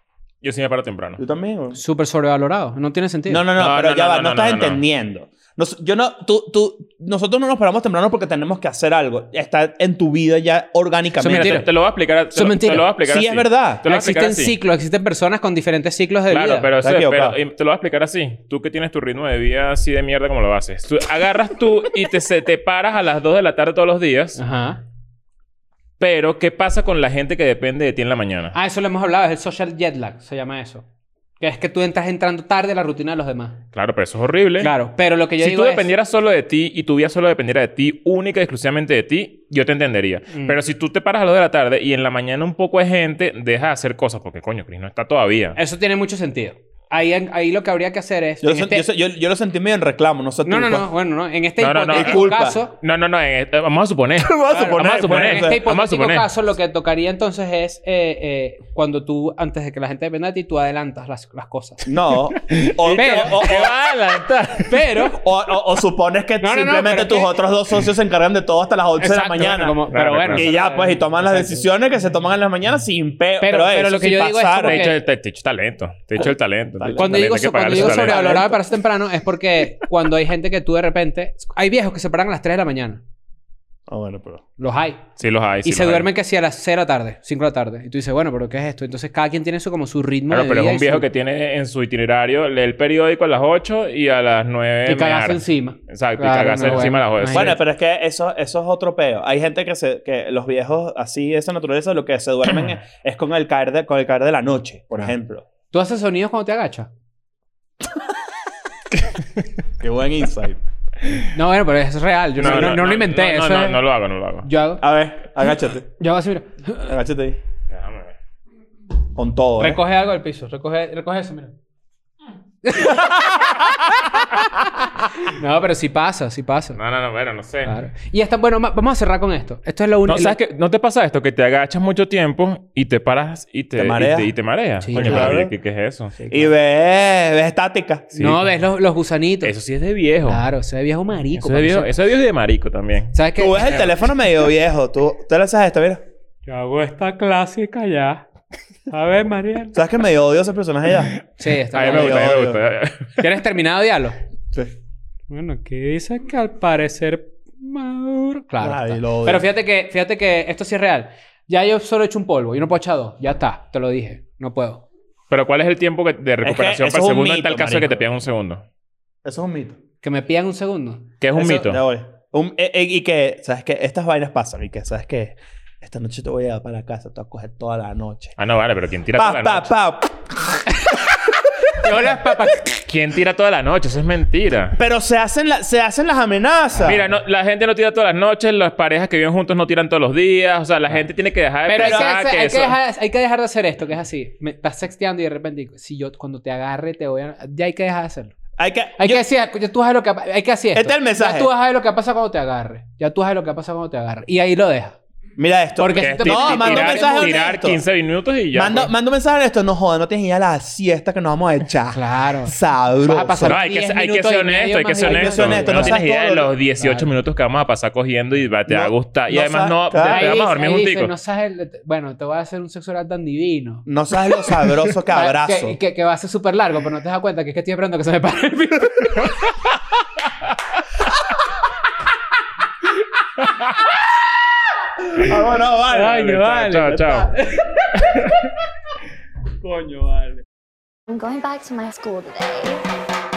Yo sí me paro temprano.
Yo también. güey.
Súper sobrevalorado. No tiene sentido.
No, no, no,
No,
pero
no,
ya
no,
va,
no, no,
no, estás
no, no.
entendiendo. Nos- yo no, tú, tú, nosotros no nos paramos temprano porque tenemos que hacer algo. Está en tu vida ya orgánicamente.
Mira, te,
mentira.
te lo voy a explicar. Te
Son
lo,
mentiras.
te lo voy a explicar
sí,
así.
es verdad.
Te lo voy a explicar
Existen
así.
ciclos, existen personas con diferentes ciclos de
Claro,
vida.
pero, eso
Está
es- pero-
equivocado.
y te lo voy a explicar así. Tú que tienes tu ritmo de vida así de mierda como lo haces. Tú agarras tú y te, se- te paras a las 2 de la tarde todos los días.
Ajá.
Pero, ¿qué pasa con la gente que depende de ti en la mañana?
Ah, eso lo hemos hablado. Es el social jet lag, se llama eso. Que es que tú entras entrando tarde a la rutina de los demás.
Claro, pero eso es horrible.
Claro, pero lo que yo
si
digo
tú
es-
dependieras solo de ti y tu vida solo dependiera de ti, única y exclusivamente de ti, yo te entendería.
Mm.
Pero si tú te paras a las 2 de la
Eh.
tarde y en la mañana un poco de gente deja de hacer cosas porque, coño, Cris no está todavía.
Eso tiene mucho sentido. Ahí, ahí lo que habría que hacer es...
Yo lo,
en
sen-
este-
yo se- yo- yo lo sentí medio en reclamo, no sé tú,
no, no,
pues.
no. Bueno, no. En este
No, no, no.
hipotético
Disculpa.
caso...
No, no, no. eh, eh, vamos a suponer.
Vamos a
Claro,
suponer,
vamos a suponer.
pues,
En
o sea,
este
vamos a
hipotético
suponer.
caso, lo que tocaría entonces es eh, eh, cuando tú, antes de que la gente dependa de ti, tú adelantas las, las cosas.
No. O,
Pero-
o- o-
¿Qué va a adelantar?
Pero,
o- o- o supones que
No, no, no,
simplemente
pero
tus
que-
otros dos socios se encargan de todo hasta las 11 de la
Exacto,
mañana.
como-
Claro,
pero bueno.
claro.
Y
eso
ya,
no-
pues, y toman las
exacto.
decisiones que se toman en las mañanas sin pe...
Pero-
Pero,
pero
eso
lo que
sí
yo digo es
pasar.
Te
como
he
que-
dicho el, te he dicho talento. Te he dicho el talento. te he dicho
Cuando
el talento,
digo,
hay que
so- cuando
pagarle su
digo
talento.
sobrevalorado me parece temprano es porque cuando hay gente que tú de repente... Hay viejos que se paran a las 3 de la mañana.
Ah, bueno, pero...
Los hay.
Sí los hay. sí
y se
los hay.
duermen que si a las 0 de la tarde, 5 de la tarde. Y tú dices, bueno, pero ¿qué es esto? Entonces cada quien tiene eso como su ritmo
Claro,
de
pero
vida
es un
y su-
viejo que tiene en su itinerario, lee el periódico a las 8 y a las 9
Y cagarse encima.
Exacto, y
Claro,
cagarse
no,
encima
bueno,
a las 8.
Bueno, pero es que eso, eso es otro peo. Hay gente que, se, que los viejos así de esa naturaleza lo que se duermen es, es con, el caer de, con el caer de la noche, por ejemplo.
¿Tú haces sonidos cuando te agachas?
Qué buen insight.
No, bueno, pero es real. Yo no, no- no lo inventé.
No,
eso
no,
es-
no lo hago, no lo hago.
Yo hago...
A ver, agáchate.
Yo hago así, mira.
Agáchate ahí.
Déjame ver.
Con todo, ¿eh?
Recoge algo del piso. Recoge, recoge eso, mira. no, pero sí pasa, sí pasa.
No, no, no, bueno, no sé.
Claro. Y está, bueno, ma- vamos a cerrar con esto. Esto es lo único.
No, ¿sabes qué? ¿No te pasa esto? Que te agachas mucho tiempo y te paras y te,
Te
y
mareas.
te- Y te mareas.
Sí,
Coño,
claro.
pero ¿qué, qué es eso?
Y ves, ves estática.
No, ves los, los gusanitos.
Eso sí es de viejo.
Claro, ese viejo
Eso
marico.
es de viejo,
papi.
eso es de viejo y de marico también.
¿Sabes qué?
Tú ves el teléfono medio viejo. Tú, tú le haces esto, mira.
Yo hago esta clásica ya. A ver, Mariel.
¿Sabes que medio odio ese personaje ya?
Sí, está
A mí
bien.
me
Ay,
gusta, a mí me
obvio.
gusta.
¿Quieres terminado diálogo?
Sí.
Bueno, aquí dice que al parecer maduro. Claro.
Ay,
está.
lo odio.
Pero fíjate que, fíjate que esto sí es real. Ya yo solo he hecho un polvo. Yo no puedo echar dos. Ya está. Te lo dije. No puedo.
Pero ¿cuál es el tiempo que- de recuperación
eso
para el
es un
segundo en
mito,
tal caso de que
marico.
te pidan un segundo?
Eso es un mito.
Que me pidan un segundo.
Que es un
Eso-
mito.
ya voy. Un- eh, eh, y que, ¿sabes que Estas vainas pasan. Y que, ¿sabes que Esta noche te voy a llevar para casa. Te voy a coger toda la noche.
Ah, no, vale, pero ¿quién tira toda
Pa,
la
pa,
noche?
pa.
¿Quién tira toda la noche? Eso es mentira.
Pero se hacen, la- se hacen las amenazas.
Mira, no- la gente no tira todas las noches, las parejas que viven juntos no tiran todos los días. O sea, la gente tiene Ah, que dejar de
Pero hay que,
pensar
hacer- hay, que
eso-
dejar, hay que dejar de hacer esto, que es así. Me estás sexteando y de repente, si yo cuando te agarre te voy a... Ya hay que dejar de hacerlo.
Hay que,
Hay
yo-
que decir, ya tú sabes lo que... ha- Hay que hacer esto.
Este es el mensaje.
Ya tú sabes lo que pasa cuando te agarre. Ya tú sabes lo que pasa cuando te agarre. Y ahí lo dejas.
Mira esto.
Porque
que
si
es
te-
ti-
No,
ti-
manda un
tirar,
mensaje
tirar
honesto.
15 minutos y ya.
manda,
pues.
manda un mensaje de esto. No joda, no tienes ni idea la siesta que nos vamos a echar.
Claro.
Sabroso.
Vas a pasar-
No, hay que,
10
hay que
minutos
ser
y medio
honesto, hay que
más
ser
de-
honesto.
Hay que ser honesto,
No,
no
tienes
sabes
idea de
todo lo-
los 18
Claro.
minutos que vamos a pasar cogiendo y va- te va a
No,
gustar. Y
no
además
sabes-
no, te
claro.
te
Ahí
vamos a
dice-
dormir
ahí dice,
juntico.
no sabes el- Bueno, te voy a hacer un sexo oral tan divino.
No sabes lo sabroso que abrazo.
Que, que- que va a ser súper largo, pero no te das cuenta que es que estoy esperando que se me pare el pito.
Vámonos, vale.
Ay, no vale.
Chao, chao.
I'm going back to my school today.